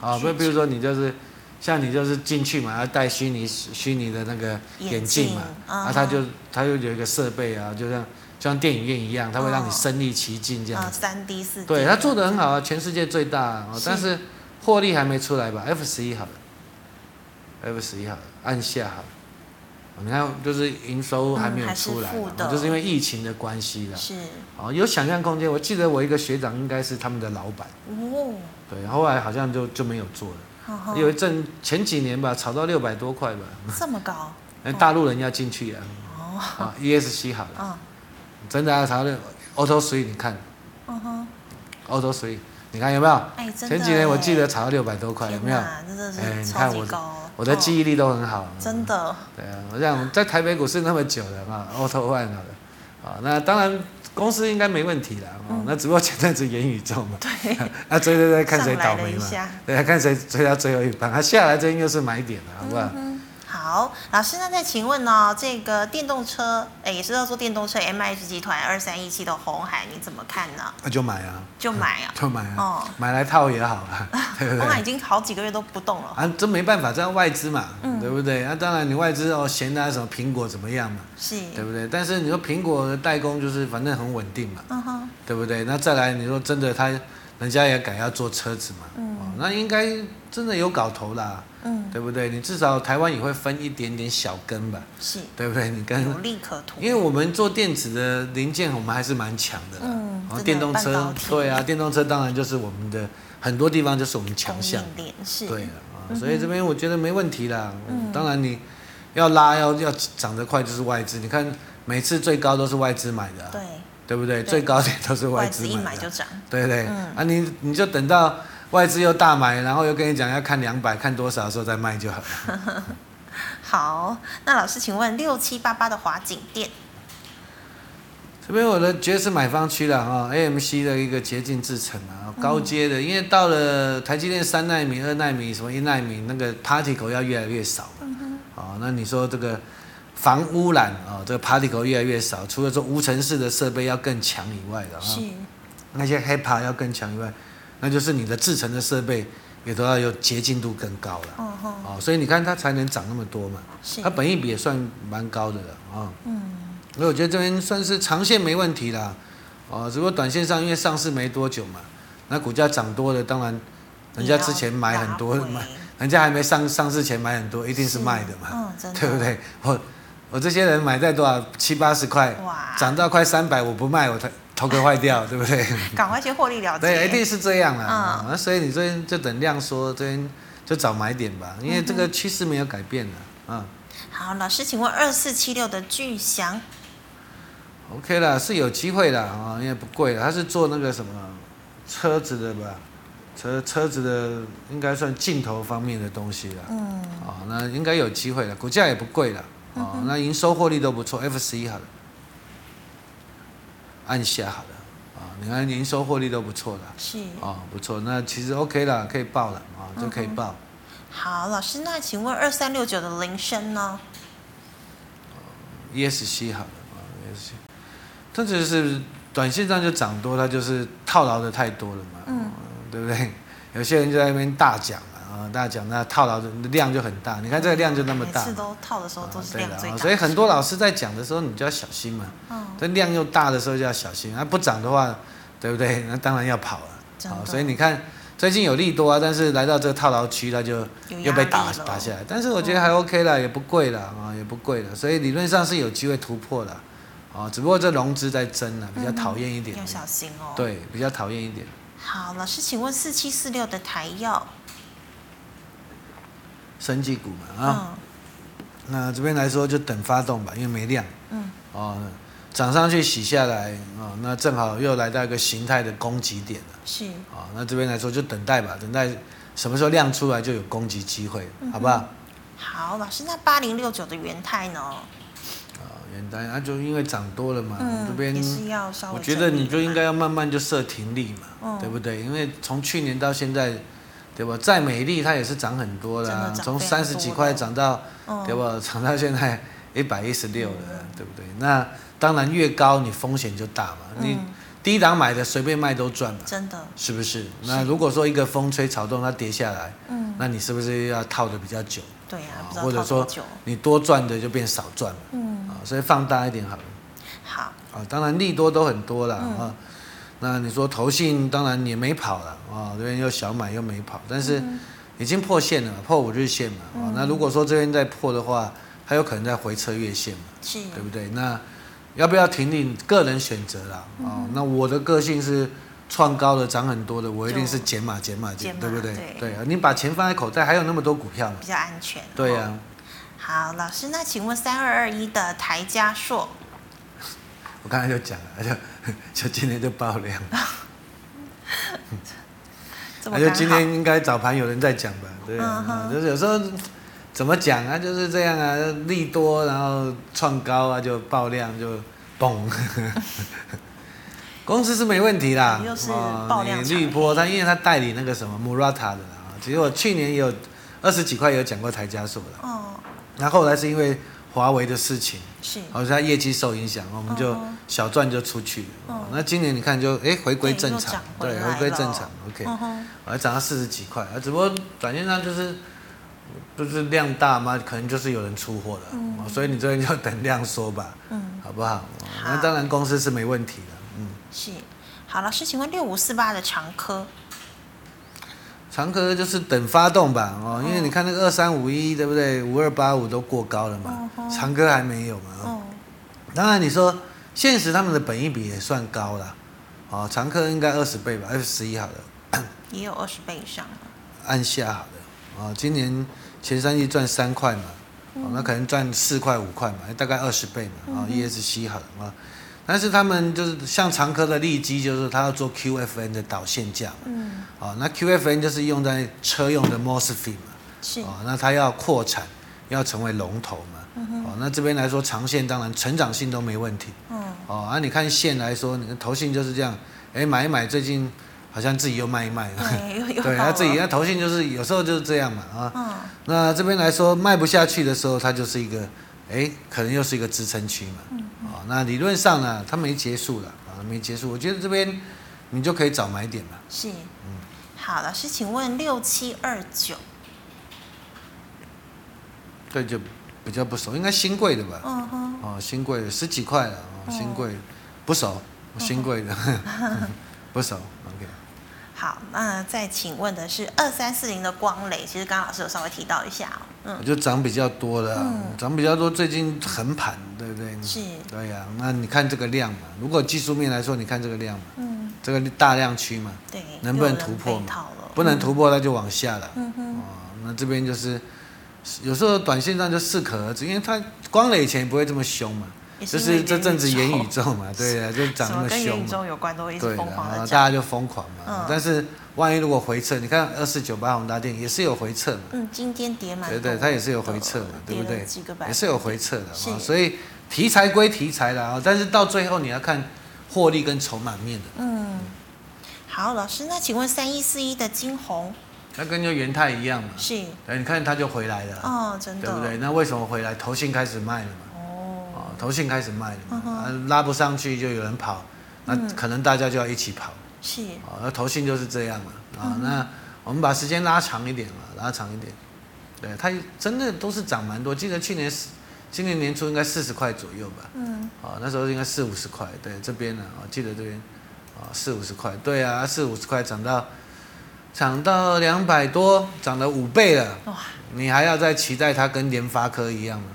Speaker 2: 啊，不，
Speaker 1: 是
Speaker 2: 比如说你就是像你就是进去嘛，要戴虚拟虚拟的那个眼镜嘛，啊，他
Speaker 1: 嗯
Speaker 2: 就他就有一个设备啊，就像就像电影院一样，他会让你
Speaker 1: 哦
Speaker 2: 身临其境这样
Speaker 1: 啊，
Speaker 2: 子。
Speaker 1: 三 D 四 D，
Speaker 2: 对，他做的很好啊，全世界最大啊，
Speaker 1: 是
Speaker 2: 但是获利还没出来吧？F 十一好了，F 十一好了，按下好了。你看，就是营收还没
Speaker 1: 嗯
Speaker 2: 有
Speaker 1: 还是
Speaker 2: 出来
Speaker 1: 负
Speaker 2: 嘛，
Speaker 1: 的
Speaker 2: 就是因为疫情的关系啦。
Speaker 1: 是，
Speaker 2: 哦，有想象空间。我记得我一个学长应该是他们的老板，
Speaker 1: 哦，
Speaker 2: 对，后来好像就就没有做了。
Speaker 1: 好好，
Speaker 2: 有一阵前几年吧，炒到六百多块吧，
Speaker 1: 这么高，
Speaker 2: 那大陆人要进去啊，
Speaker 1: 哦，
Speaker 2: 啊，ESC 好了，
Speaker 1: 嗯，
Speaker 2: 真的啊，炒到 Auto Three，你看
Speaker 1: 嗯哼，
Speaker 2: Auto Three，你看有没有？
Speaker 1: 哎，真的，
Speaker 2: 前几年我记得，炒到六百多块，有
Speaker 1: 天
Speaker 2: 没有？
Speaker 1: 哪，真的
Speaker 2: 哎
Speaker 1: 是
Speaker 2: 你
Speaker 1: 超
Speaker 2: 看
Speaker 1: 级
Speaker 2: 我
Speaker 1: 高，
Speaker 2: 我的
Speaker 1: 哦
Speaker 2: 记忆力都很好，
Speaker 1: 真的，
Speaker 2: 对啊，我想在台北股市那么久了嘛，Auto One 好了，啊，那当然公司应该没问题啦，哦，那只不过前阵子元宇宙嘛，
Speaker 1: 嗯 对，
Speaker 2: 那追追追看谁
Speaker 1: 上
Speaker 2: 倒
Speaker 1: 来了
Speaker 2: 霉
Speaker 1: 一
Speaker 2: 嘛，
Speaker 1: 下。
Speaker 2: 对，啊看谁追到最后一棒，他下来这应该是买点了，好不好？
Speaker 1: 嗯好，老师，那再请问呢、这个电动车，哎，也是要做电动车，M H 集团二三一七的红海，你怎么看呢？
Speaker 2: 那就买啊，
Speaker 1: 就买 啊，
Speaker 2: 就买啊，
Speaker 1: 哦，
Speaker 2: 买来套也好啊， 对不
Speaker 1: 红海
Speaker 2: 对？
Speaker 1: 已经好几个月都不动了，
Speaker 2: 啊，这没办法，这样外资嘛，
Speaker 1: 嗯
Speaker 2: 对不对？那、当然，你外资哦，闲啊什么苹果怎么样嘛，
Speaker 1: 是，
Speaker 2: 对不对？但是你说苹果的代工就是反正很稳定嘛，
Speaker 1: 嗯哼，
Speaker 2: 对不对？那再来，你说真的他，人家也改要做车子嘛，
Speaker 1: 嗯
Speaker 2: 哦，那应该真的有搞头啦，
Speaker 1: 嗯，
Speaker 2: 对不对？你至少台湾也会分一点点小根吧，
Speaker 1: 是
Speaker 2: 对不对？你跟
Speaker 1: 有利可图，
Speaker 2: 因为我们做电子的零件，我们还是蛮强的啦。
Speaker 1: 嗯
Speaker 2: 然后
Speaker 1: 真的
Speaker 2: 电动
Speaker 1: 半
Speaker 2: 车
Speaker 1: 导体，
Speaker 2: 对啊，电动车当然就是我们的很多地方就是我们强
Speaker 1: 供
Speaker 2: 项，
Speaker 1: 应链是，
Speaker 2: 对啊，啊
Speaker 1: 嗯哼
Speaker 2: 所以这边我觉得没问题啦。
Speaker 1: 嗯
Speaker 2: 当然你要拉要要涨得快就是外资，你看每次最高都是外资买的啊、
Speaker 1: 对
Speaker 2: 对不对？
Speaker 1: 对
Speaker 2: 最高点都是
Speaker 1: 外
Speaker 2: 外
Speaker 1: 资
Speaker 2: 资
Speaker 1: 一
Speaker 2: 买
Speaker 1: 买
Speaker 2: 的啊，
Speaker 1: 就涨，
Speaker 2: 对不对？
Speaker 1: 嗯
Speaker 2: 啊，你你就等到外资又大买，然后又跟你讲要看两百看多少的时候再卖就好了。
Speaker 1: 好，那老师，请问六七八八的华景店，
Speaker 2: 这边我的爵士买方区了哈，AMC 的一个洁净制程啊，高阶的，因为到了台积电三纳米、二纳米、什么一纳米，那个 particle 要越来越少了。哦，那你说这个防污染啊、哦，这个 particle 越来越少，除了说无尘室的设备要更强以外的啊，
Speaker 1: 是，
Speaker 2: 那些 HEPA 要更强以外，那就是你的制程的设备也都要有洁净度更高了。
Speaker 1: 嗯哼，
Speaker 2: 哦，所以你看它才能涨那么多嘛，
Speaker 1: 是
Speaker 2: 它，啊本益比也算蛮高的了啊。哦
Speaker 1: 嗯，
Speaker 2: 所以我觉得这边算是长线没问题啦，哦，只不过短线上因为上市没多久嘛，那股价涨多了，当然人家之前买很多
Speaker 1: 你要拉回
Speaker 2: 买，人家还没上上市前买很多，一定是卖的嘛，
Speaker 1: 嗯，真的，
Speaker 2: 对不？对？我我这些人买在多少七八十块，
Speaker 1: 哇，
Speaker 2: 涨到快三百我不卖，我头头壳坏掉，对不 对？
Speaker 1: 赶快去获利了结，
Speaker 2: 对，一定是这样啦。
Speaker 1: 嗯
Speaker 2: 那所以你这边就等量缩，这边就找买点吧，因为这个趋势没有改变的啊。
Speaker 1: 好，老师，请问二四七六的巨翔，
Speaker 2: OK 啦，是有机会啦啊，因为不贵啦，他是做那个什么车子的吧，车车子的应该算镜头方面的东西啦。
Speaker 1: 嗯，
Speaker 2: 哦，那应该有机会了，股价也不贵了，哦，那营收获利都不错，F 十一好了，按下好了，啊、你看营收获利都不错了，
Speaker 1: 是。
Speaker 2: 哦，不错，那其实 OK 啦，可以报了啊、就可以报。
Speaker 1: 好，老师，那请问二三六九的铃声呢？
Speaker 2: ESC 好了啊，ESC，它就是短线上就涨多，它就是套牢的太多了嘛，啊
Speaker 1: 嗯
Speaker 2: 对不对？有些人就在那边大讲嘛，啊，大讲那套牢的量就很大，你看这个量就那么大
Speaker 1: 每次
Speaker 2: 嘛，
Speaker 1: 都套的时候
Speaker 2: 啊
Speaker 1: 都是
Speaker 2: 对
Speaker 1: 量
Speaker 2: 的
Speaker 1: 最大、
Speaker 2: 啊，所以很多老师在讲的时候，你就要小心嘛，
Speaker 1: 嗯，
Speaker 2: 这量又啊大的时候就要小心，那不涨的话，对不对？那当然要跑了，啊
Speaker 1: 真的
Speaker 2: 所以你看最近有利多啊，但是来到这个套牢区，它就
Speaker 1: 有
Speaker 2: 又
Speaker 1: 压
Speaker 2: 被
Speaker 1: 力
Speaker 2: 打
Speaker 1: 了
Speaker 2: 打下来。但是我觉得还 OK 啦，也不贵啦，啊，也不贵了，所以理论上是有机会突破的，啊，只不过这融资在增了，比较讨厌一点
Speaker 1: 嗯要，小心哦。，
Speaker 2: 对，比较讨厌一点。
Speaker 1: 好，老师，请问四七四六的台药，
Speaker 2: 生技股嘛，啊，
Speaker 1: 嗯
Speaker 2: 那这边来说就等发动吧，因为没量。
Speaker 1: 嗯。
Speaker 2: 哦，涨上去洗下来，哦，那正好又来到一个形态的攻击点了
Speaker 1: 嗯，，是
Speaker 2: 啊、那这边来说就等待吧，等待什么时候量出来就有攻击机会，
Speaker 1: 嗯
Speaker 2: 好不好？
Speaker 1: 好，老师，那八零六九的元泰呢？
Speaker 2: 啊、元旦啊，就因为涨多了嘛，嗯这边
Speaker 1: 嗯也是要稍微
Speaker 2: 我
Speaker 1: 整
Speaker 2: 觉
Speaker 1: 理嘛，
Speaker 2: 得你就应该要慢慢就设停利嘛，
Speaker 1: 嗯
Speaker 2: 对不对？因为从去年到现在，对吧？再美丽它也是涨很多啦，
Speaker 1: 真的涨
Speaker 2: 从
Speaker 1: 非常
Speaker 2: 三
Speaker 1: 多
Speaker 2: 十
Speaker 1: 了
Speaker 2: 几块涨到，
Speaker 1: 嗯
Speaker 2: 对吧？涨到现 在一百一十六了，对不对？那当然越高你风险就大嘛，
Speaker 1: 嗯
Speaker 2: 你低档买的随便卖都赚嘛，
Speaker 1: 真的，
Speaker 2: 是不是？那如果说一个风吹草动它跌下来，
Speaker 1: 嗯，
Speaker 2: 那你是不是要套的比较久？
Speaker 1: 对呀、
Speaker 2: 啊
Speaker 1: 不知道
Speaker 2: 或者
Speaker 1: 泡
Speaker 2: 说
Speaker 1: 多久。
Speaker 2: 你多赚的就变少赚了，
Speaker 1: 嗯，
Speaker 2: 啊，所以放大一点好了。
Speaker 1: 好，
Speaker 2: 啊，当然利多都很多啦啊、
Speaker 1: 嗯
Speaker 2: 那你说投信当然也没跑了啊，这边又小买又没跑，但是
Speaker 1: 嗯
Speaker 2: 已经破线了嘛，破五日线嘛啊、那如果说这边再破的话，还有可能再回撤月线嘛，
Speaker 1: 是
Speaker 2: 对不对？那要不要停利？个人选择啦啊、
Speaker 1: 嗯
Speaker 2: 那我的个性是。创高的涨很多的，我一定是减码减码
Speaker 1: 减
Speaker 2: 减，
Speaker 1: 码
Speaker 2: 对不对
Speaker 1: 对？
Speaker 2: 对啊，你把钱放在口袋，还有那么多股票呢。
Speaker 1: 比较安全。
Speaker 2: 对啊呀、
Speaker 1: 哦好，老师，那请问三二二一的台加硕，
Speaker 2: 我刚才就讲了，就 就今天就爆量。
Speaker 1: 这么刚
Speaker 2: 那就
Speaker 1: 好，
Speaker 2: 哎今天应该早盘有人在讲吧，对、
Speaker 1: 嗯哼
Speaker 2: 啊，就是有时候怎么讲啊，就是这样啊，利多然后创高啊，就爆量就嘣， 公司是没问题啦，
Speaker 1: 又是
Speaker 2: 哦
Speaker 1: 爆量
Speaker 2: 你
Speaker 1: 场
Speaker 2: 绿波它因为它代理那个什么 Murata 的啦，其实我去年也有二十几块有讲过台加速的，
Speaker 1: 哦，
Speaker 2: 那后来是因为华为的事情，
Speaker 1: 是
Speaker 2: 好像业绩受影响，我们就
Speaker 1: 嗯
Speaker 2: 小赚就出去了。哦
Speaker 1: 嗯
Speaker 2: 那今年你看就哎回归
Speaker 1: 对
Speaker 2: 正
Speaker 1: 又
Speaker 2: 常
Speaker 1: 涨，回
Speaker 2: 对，
Speaker 1: 来
Speaker 2: 回归
Speaker 1: 了
Speaker 2: 正常，OK。
Speaker 1: 嗯哼，
Speaker 2: 我还涨到四十几块，啊，只不过短线上就是就是量大嘛，可能就是有人出货了，哦所以你这边就等量缩吧，
Speaker 1: 嗯，
Speaker 2: 好不好？哦
Speaker 1: 好
Speaker 2: 那当然公司是没问题的，嗯，
Speaker 1: 是。好，老师，请问六五四八的长科，
Speaker 2: 长科就是等发动吧，哦，因为你看那个二三五一，对不对？五二八五都过高了嘛，
Speaker 1: 嗯哼
Speaker 2: 长科还没有嘛，哦
Speaker 1: 哦，
Speaker 2: 当然你说现实他们的本益比也算高了，哦，长科应该二十倍吧，F 十一好了，
Speaker 1: 也有二十倍以上了，
Speaker 2: 按下好了，哦，今年前三季赚三块嘛，
Speaker 1: 嗯
Speaker 2: 哦，那可能赚四块五块嘛，大概二十倍嘛，啊、哦、，ESC 好了啊，但是他们就是像长科的利基，就是它要做 QFN 的导线架嘛，
Speaker 1: 嗯，
Speaker 2: 哦，那 QFN 就是用在车用的 MOSFET 嘛，
Speaker 1: 是
Speaker 2: 哦，那它要扩产，要成为龙头嘛，哦，那这边来说长线当然成长性都没问题，
Speaker 1: 嗯，
Speaker 2: 哦，啊，你看线来说，你看投信就是这样，哎，买一买，最近好像自己又卖一卖了。
Speaker 1: 对， 又又
Speaker 2: 对，
Speaker 1: 到
Speaker 2: 他自己
Speaker 1: 了，
Speaker 2: 那投信就是有时候就是这样嘛啊。
Speaker 1: 嗯，
Speaker 2: 那这边来说卖不下去的时候，它就是一个，哎，可能又是一个支撑区
Speaker 1: 嗯
Speaker 2: 嘛。啊，那理论上呢，它没结束了啊，没结束。我觉得这边你就可以找买点嘛。
Speaker 1: 是。
Speaker 2: 嗯
Speaker 1: 好，老师，请问六七二九，
Speaker 2: 对，就比较不熟，应该新贵的吧？
Speaker 1: 嗯哼，
Speaker 2: 哦，新贵的十几块了，哦，新贵不熟，新贵 的不熟。OK，
Speaker 1: 好，那再请问的是二三四零的光磊，其实刚刚老师有稍微提到一下哦，嗯，
Speaker 2: 我就涨比较多了啊，涨比较多，最近横盘，对不对？
Speaker 1: 是，
Speaker 2: 对呀、那你看这个量嘛，如果技术面来说，你看这个量嘛，
Speaker 1: 嗯，
Speaker 2: 这个大量区嘛，
Speaker 1: 对，
Speaker 2: 能不能
Speaker 1: 又有人
Speaker 2: 突破
Speaker 1: 被
Speaker 2: 嘛
Speaker 1: 套了
Speaker 2: 不能突破那就往下了。
Speaker 1: 嗯哼，
Speaker 2: 哦，那这边就是有时候短线上就适可而止，因为它光磊以前也不会这么凶嘛，
Speaker 1: 也
Speaker 2: 就
Speaker 1: 因为
Speaker 2: 是这阵子元宇 宙嘛，
Speaker 1: 是
Speaker 2: 对呀、就涨
Speaker 1: 什
Speaker 2: 那
Speaker 1: 么
Speaker 2: 么
Speaker 1: 跟元
Speaker 2: 凶
Speaker 1: 宇
Speaker 2: 嘛，
Speaker 1: 宙有关都一直
Speaker 2: 对
Speaker 1: 疯
Speaker 2: 的，
Speaker 1: 狂
Speaker 2: 啊
Speaker 1: 的涨，
Speaker 2: 大家就疯狂嘛。
Speaker 1: 嗯
Speaker 2: 但是万一如果回撤，你看二四九八宏达电也是有回撤嘛，
Speaker 1: 嗯，今天跌蛮
Speaker 2: 对
Speaker 1: 多，
Speaker 2: 对，它也是有回撤嘛，
Speaker 1: 跌
Speaker 2: 对不
Speaker 1: 了
Speaker 2: 对？
Speaker 1: 几个百
Speaker 2: 也
Speaker 1: 分
Speaker 2: 是有回撤的
Speaker 1: 是
Speaker 2: 啊，所以题材归题材啦，啊但是到最后你要看获利跟筹码面的。
Speaker 1: 嗯，好，老师，那请问三一四一的金红
Speaker 2: 那跟就元泰一样嘛，
Speaker 1: 是？
Speaker 2: 哎，你看它就回来了啊，
Speaker 1: 哦，真
Speaker 2: 对
Speaker 1: 的，
Speaker 2: 不对？？那为什么回来？投信开始卖了嘛，
Speaker 1: 哦，
Speaker 2: 哦，投信开始卖了
Speaker 1: 嗯
Speaker 2: 嘛，
Speaker 1: 哼嗯
Speaker 2: 啊拉不上去就有人跑，那可能大家就要一起跑，
Speaker 1: 是，
Speaker 2: 哦，那投信就是这样嘛，
Speaker 1: 嗯
Speaker 2: 啊，那我们把时间拉长一点嘛，拉长一点，对，它真的都是涨蛮多，记得去年十今年年初应该四十块左右吧，
Speaker 1: 嗯，
Speaker 2: 啊，那时候应该四五十块，对，这边呢、啊，记得这边啊，四五十块，对啊，四五十块涨到涨到两百多，涨了五倍了，
Speaker 1: 哇，
Speaker 2: 你还要再期待它跟联发科一样吗？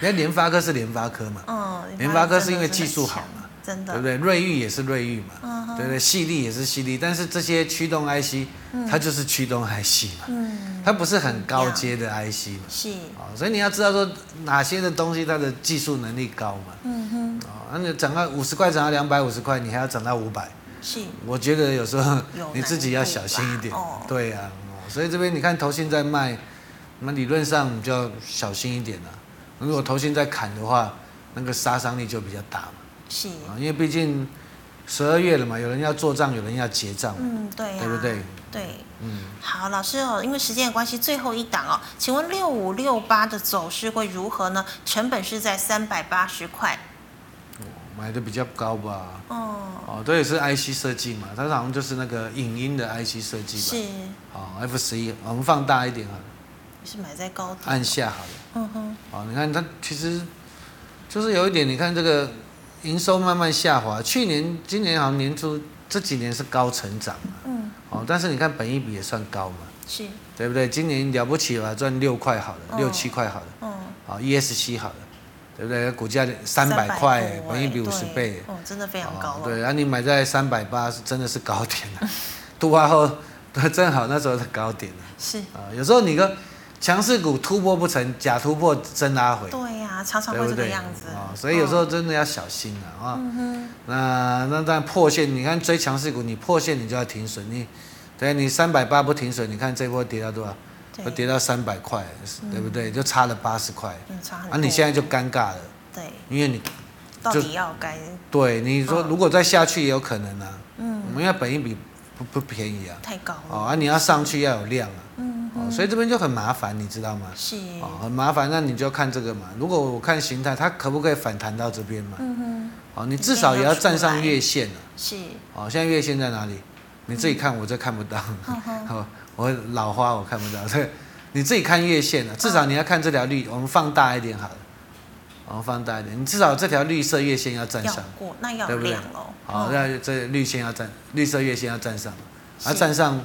Speaker 2: 人家联发科是联发科嘛，
Speaker 1: 嗯，
Speaker 2: 联发
Speaker 1: 真
Speaker 2: 科
Speaker 1: 的
Speaker 2: 是因为
Speaker 1: 很
Speaker 2: 技术好
Speaker 1: 强
Speaker 2: 嘛，
Speaker 1: 真的，
Speaker 2: 对不对？瑞昱也是瑞昱嘛，
Speaker 1: 嗯哼
Speaker 2: 对不对？细粒也是细粒，但是这些驱动 IC 它就是驱动 IC 嘛，
Speaker 1: 嗯，
Speaker 2: 它不是很高阶的 IC 嘛，
Speaker 1: 是，
Speaker 2: 哦，所以你要知道说哪些的东西它的技术能力高嘛，
Speaker 1: 嗯哼，
Speaker 2: 哦，那你涨到五十块，涨到两百五十块，你还要涨到五百，
Speaker 1: 是，
Speaker 2: 我觉得有时候
Speaker 1: 有
Speaker 2: 你自己要小心一点
Speaker 1: 难度吧哦，
Speaker 2: 对呀、哦所以这边你看投信在卖，那理论上你就要小心一点了、啊如果投信在砍的话，那个杀伤力就比较大嘛，
Speaker 1: 是，
Speaker 2: 啊，因为毕竟十二月了嘛，有人要做账，有人要结账，
Speaker 1: 嗯，对呀，
Speaker 2: 对不对？
Speaker 1: 对。
Speaker 2: 嗯，
Speaker 1: 好，老师哦，因为时间的关系，最后一档哦，请问六五六八的走势会如何呢？成本是在三百八十块，
Speaker 2: 买的比较高吧。
Speaker 1: 哦，
Speaker 2: 哦，这也是 IC 设计嘛，它好像就是那个影音的 IC 设计吧。
Speaker 1: 是，
Speaker 2: 哦，F 十一，我们放大一点好了，
Speaker 1: 是买在高点，
Speaker 2: 按下好了。
Speaker 1: 嗯哼，
Speaker 2: 哦，你看它其实就是有一点，你看这个营收慢慢下滑，去年、今年好像年初这几年是高成长嘛，
Speaker 1: 嗯，
Speaker 2: 哦，但是你看本益比也算高嘛，
Speaker 1: 是，
Speaker 2: 对不对？今年了不起吧，赚六块好了，
Speaker 1: 嗯
Speaker 2: 六七块好了，
Speaker 1: 嗯，
Speaker 2: 哦3好了，对不对？股价三百
Speaker 1: 300
Speaker 2: 块，
Speaker 1: 多
Speaker 2: 本益比
Speaker 1: 哎
Speaker 2: 五十
Speaker 1: 对
Speaker 2: 倍，
Speaker 1: 哦，真的非常高
Speaker 2: 哦
Speaker 1: 了，
Speaker 2: 对，啊，你买在三百八是真的是高点了、 突破后正好那时候的高点了
Speaker 1: 是，
Speaker 2: 啊、有时候你个强势股突破不成，假突破真拉回。
Speaker 1: 对呀、常常
Speaker 2: 对
Speaker 1: 会
Speaker 2: 不
Speaker 1: 这个
Speaker 2: 对？
Speaker 1: 样子，
Speaker 2: 啊、所以有时候
Speaker 1: 嗯，
Speaker 2: 真的要小心了啊、
Speaker 1: 嗯哼，
Speaker 2: 那那但破线，你看追强势股，你破线你就要停损，你对你三百八不停损，你看这波跌到多少？都
Speaker 1: 对，
Speaker 2: 跌到三百块，对不对？就差了八十块，
Speaker 1: 嗯，差很
Speaker 2: 啊，
Speaker 1: 多，
Speaker 2: 啊你现在就尴尬了，
Speaker 1: 对，
Speaker 2: 因为你
Speaker 1: 到
Speaker 2: 就
Speaker 1: 底要该，
Speaker 2: 对你说
Speaker 1: 嗯
Speaker 2: 如果再下去也有可能啊，
Speaker 1: 嗯，
Speaker 2: 因为本益比不不便宜啊，
Speaker 1: 太高了，
Speaker 2: 哦，啊，你要上去要有量啊，
Speaker 1: 嗯
Speaker 2: 哦，
Speaker 1: 哼，
Speaker 2: 所以这边就很麻烦，你知道吗？
Speaker 1: 是，
Speaker 2: 哦，很麻烦，那你就要看这个嘛。如果我看形态，它可不可以反弹到这边嘛？
Speaker 1: 嗯哼，
Speaker 2: 哦，你至少也要站上月线了。
Speaker 1: 是，
Speaker 2: 哦，现在月线在哪里？你自己看，我这看不到。
Speaker 1: 嗯哼，
Speaker 2: 哦，我老花我看不到。 对，你自己看月线了，至少你要看这条绿，我们放大一点好了。我们放大一点，你至少这条绿色月线要站
Speaker 1: 要
Speaker 2: 上。
Speaker 1: 过，那要
Speaker 2: 对不对
Speaker 1: 亮喽，
Speaker 2: 好，
Speaker 1: 嗯
Speaker 2: 那这绿线要站，绿色月线要站上，啊，
Speaker 1: 是
Speaker 2: 站上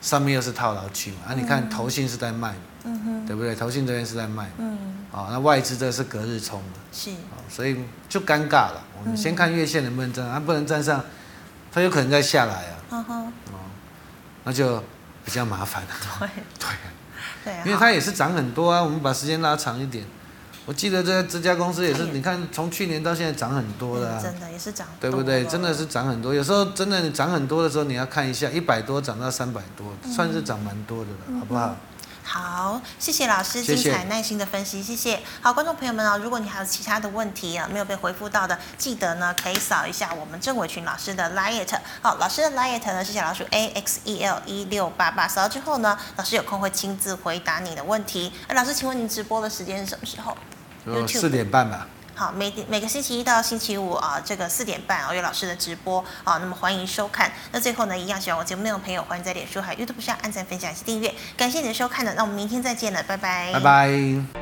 Speaker 2: 上面又是套牢区嘛。啊，你看投信是在卖嘛，
Speaker 1: 嗯哼，
Speaker 2: 对不对？投信这边是在卖嘛。
Speaker 1: 嗯，
Speaker 2: 啊、那外资这是隔日冲的。
Speaker 1: 是，
Speaker 2: 哦所以就尴尬了。我们先看月线能不能站上，啊它、不能站上，它有可能再下来啊，
Speaker 1: 嗯哼，
Speaker 2: 那就比较麻烦了。
Speaker 1: 对，
Speaker 2: 对啊，
Speaker 1: 对啊，
Speaker 2: 因为它也是涨很多啊，我们把时间拉长一点。我记得这这家公司也是，
Speaker 1: 嗯
Speaker 2: 你看从去年到现在涨很多的、
Speaker 1: 嗯
Speaker 2: 啊，
Speaker 1: 真的也是涨，
Speaker 2: 对不对？真的，是涨很多，有时候真的你涨很多的时候，你要看一下，一百多涨到三百多，算是涨蛮多的
Speaker 1: 嗯
Speaker 2: 了，好不好？
Speaker 1: 好，谢谢老师
Speaker 2: 谢
Speaker 1: 精
Speaker 2: 谢
Speaker 1: 彩耐心的分析，谢谢。好，观众朋友们啊、如果你还有其他的问题啊没有被回复到的，记得呢可以扫一下我们郑伟群老师的 liet。好，老师的 liet 呢是小老鼠 a x e l 一六八八，扫到之后呢，老师有空会亲自回答你的问题。哎，老师，请问您直播的时间是什么时候？
Speaker 2: 就
Speaker 1: YouTube
Speaker 2: 四点半吧。
Speaker 1: 好，每每个星期一到星期五啊，这个四点半啊，有老师的直播啊，那么欢迎收看。那最后呢，一样喜欢我节目内容的朋友，欢迎在脸书还有 YouTube 上按赞、分享以及订阅。感谢你的收看呢，那我们明天再见了，拜拜，
Speaker 2: 拜拜。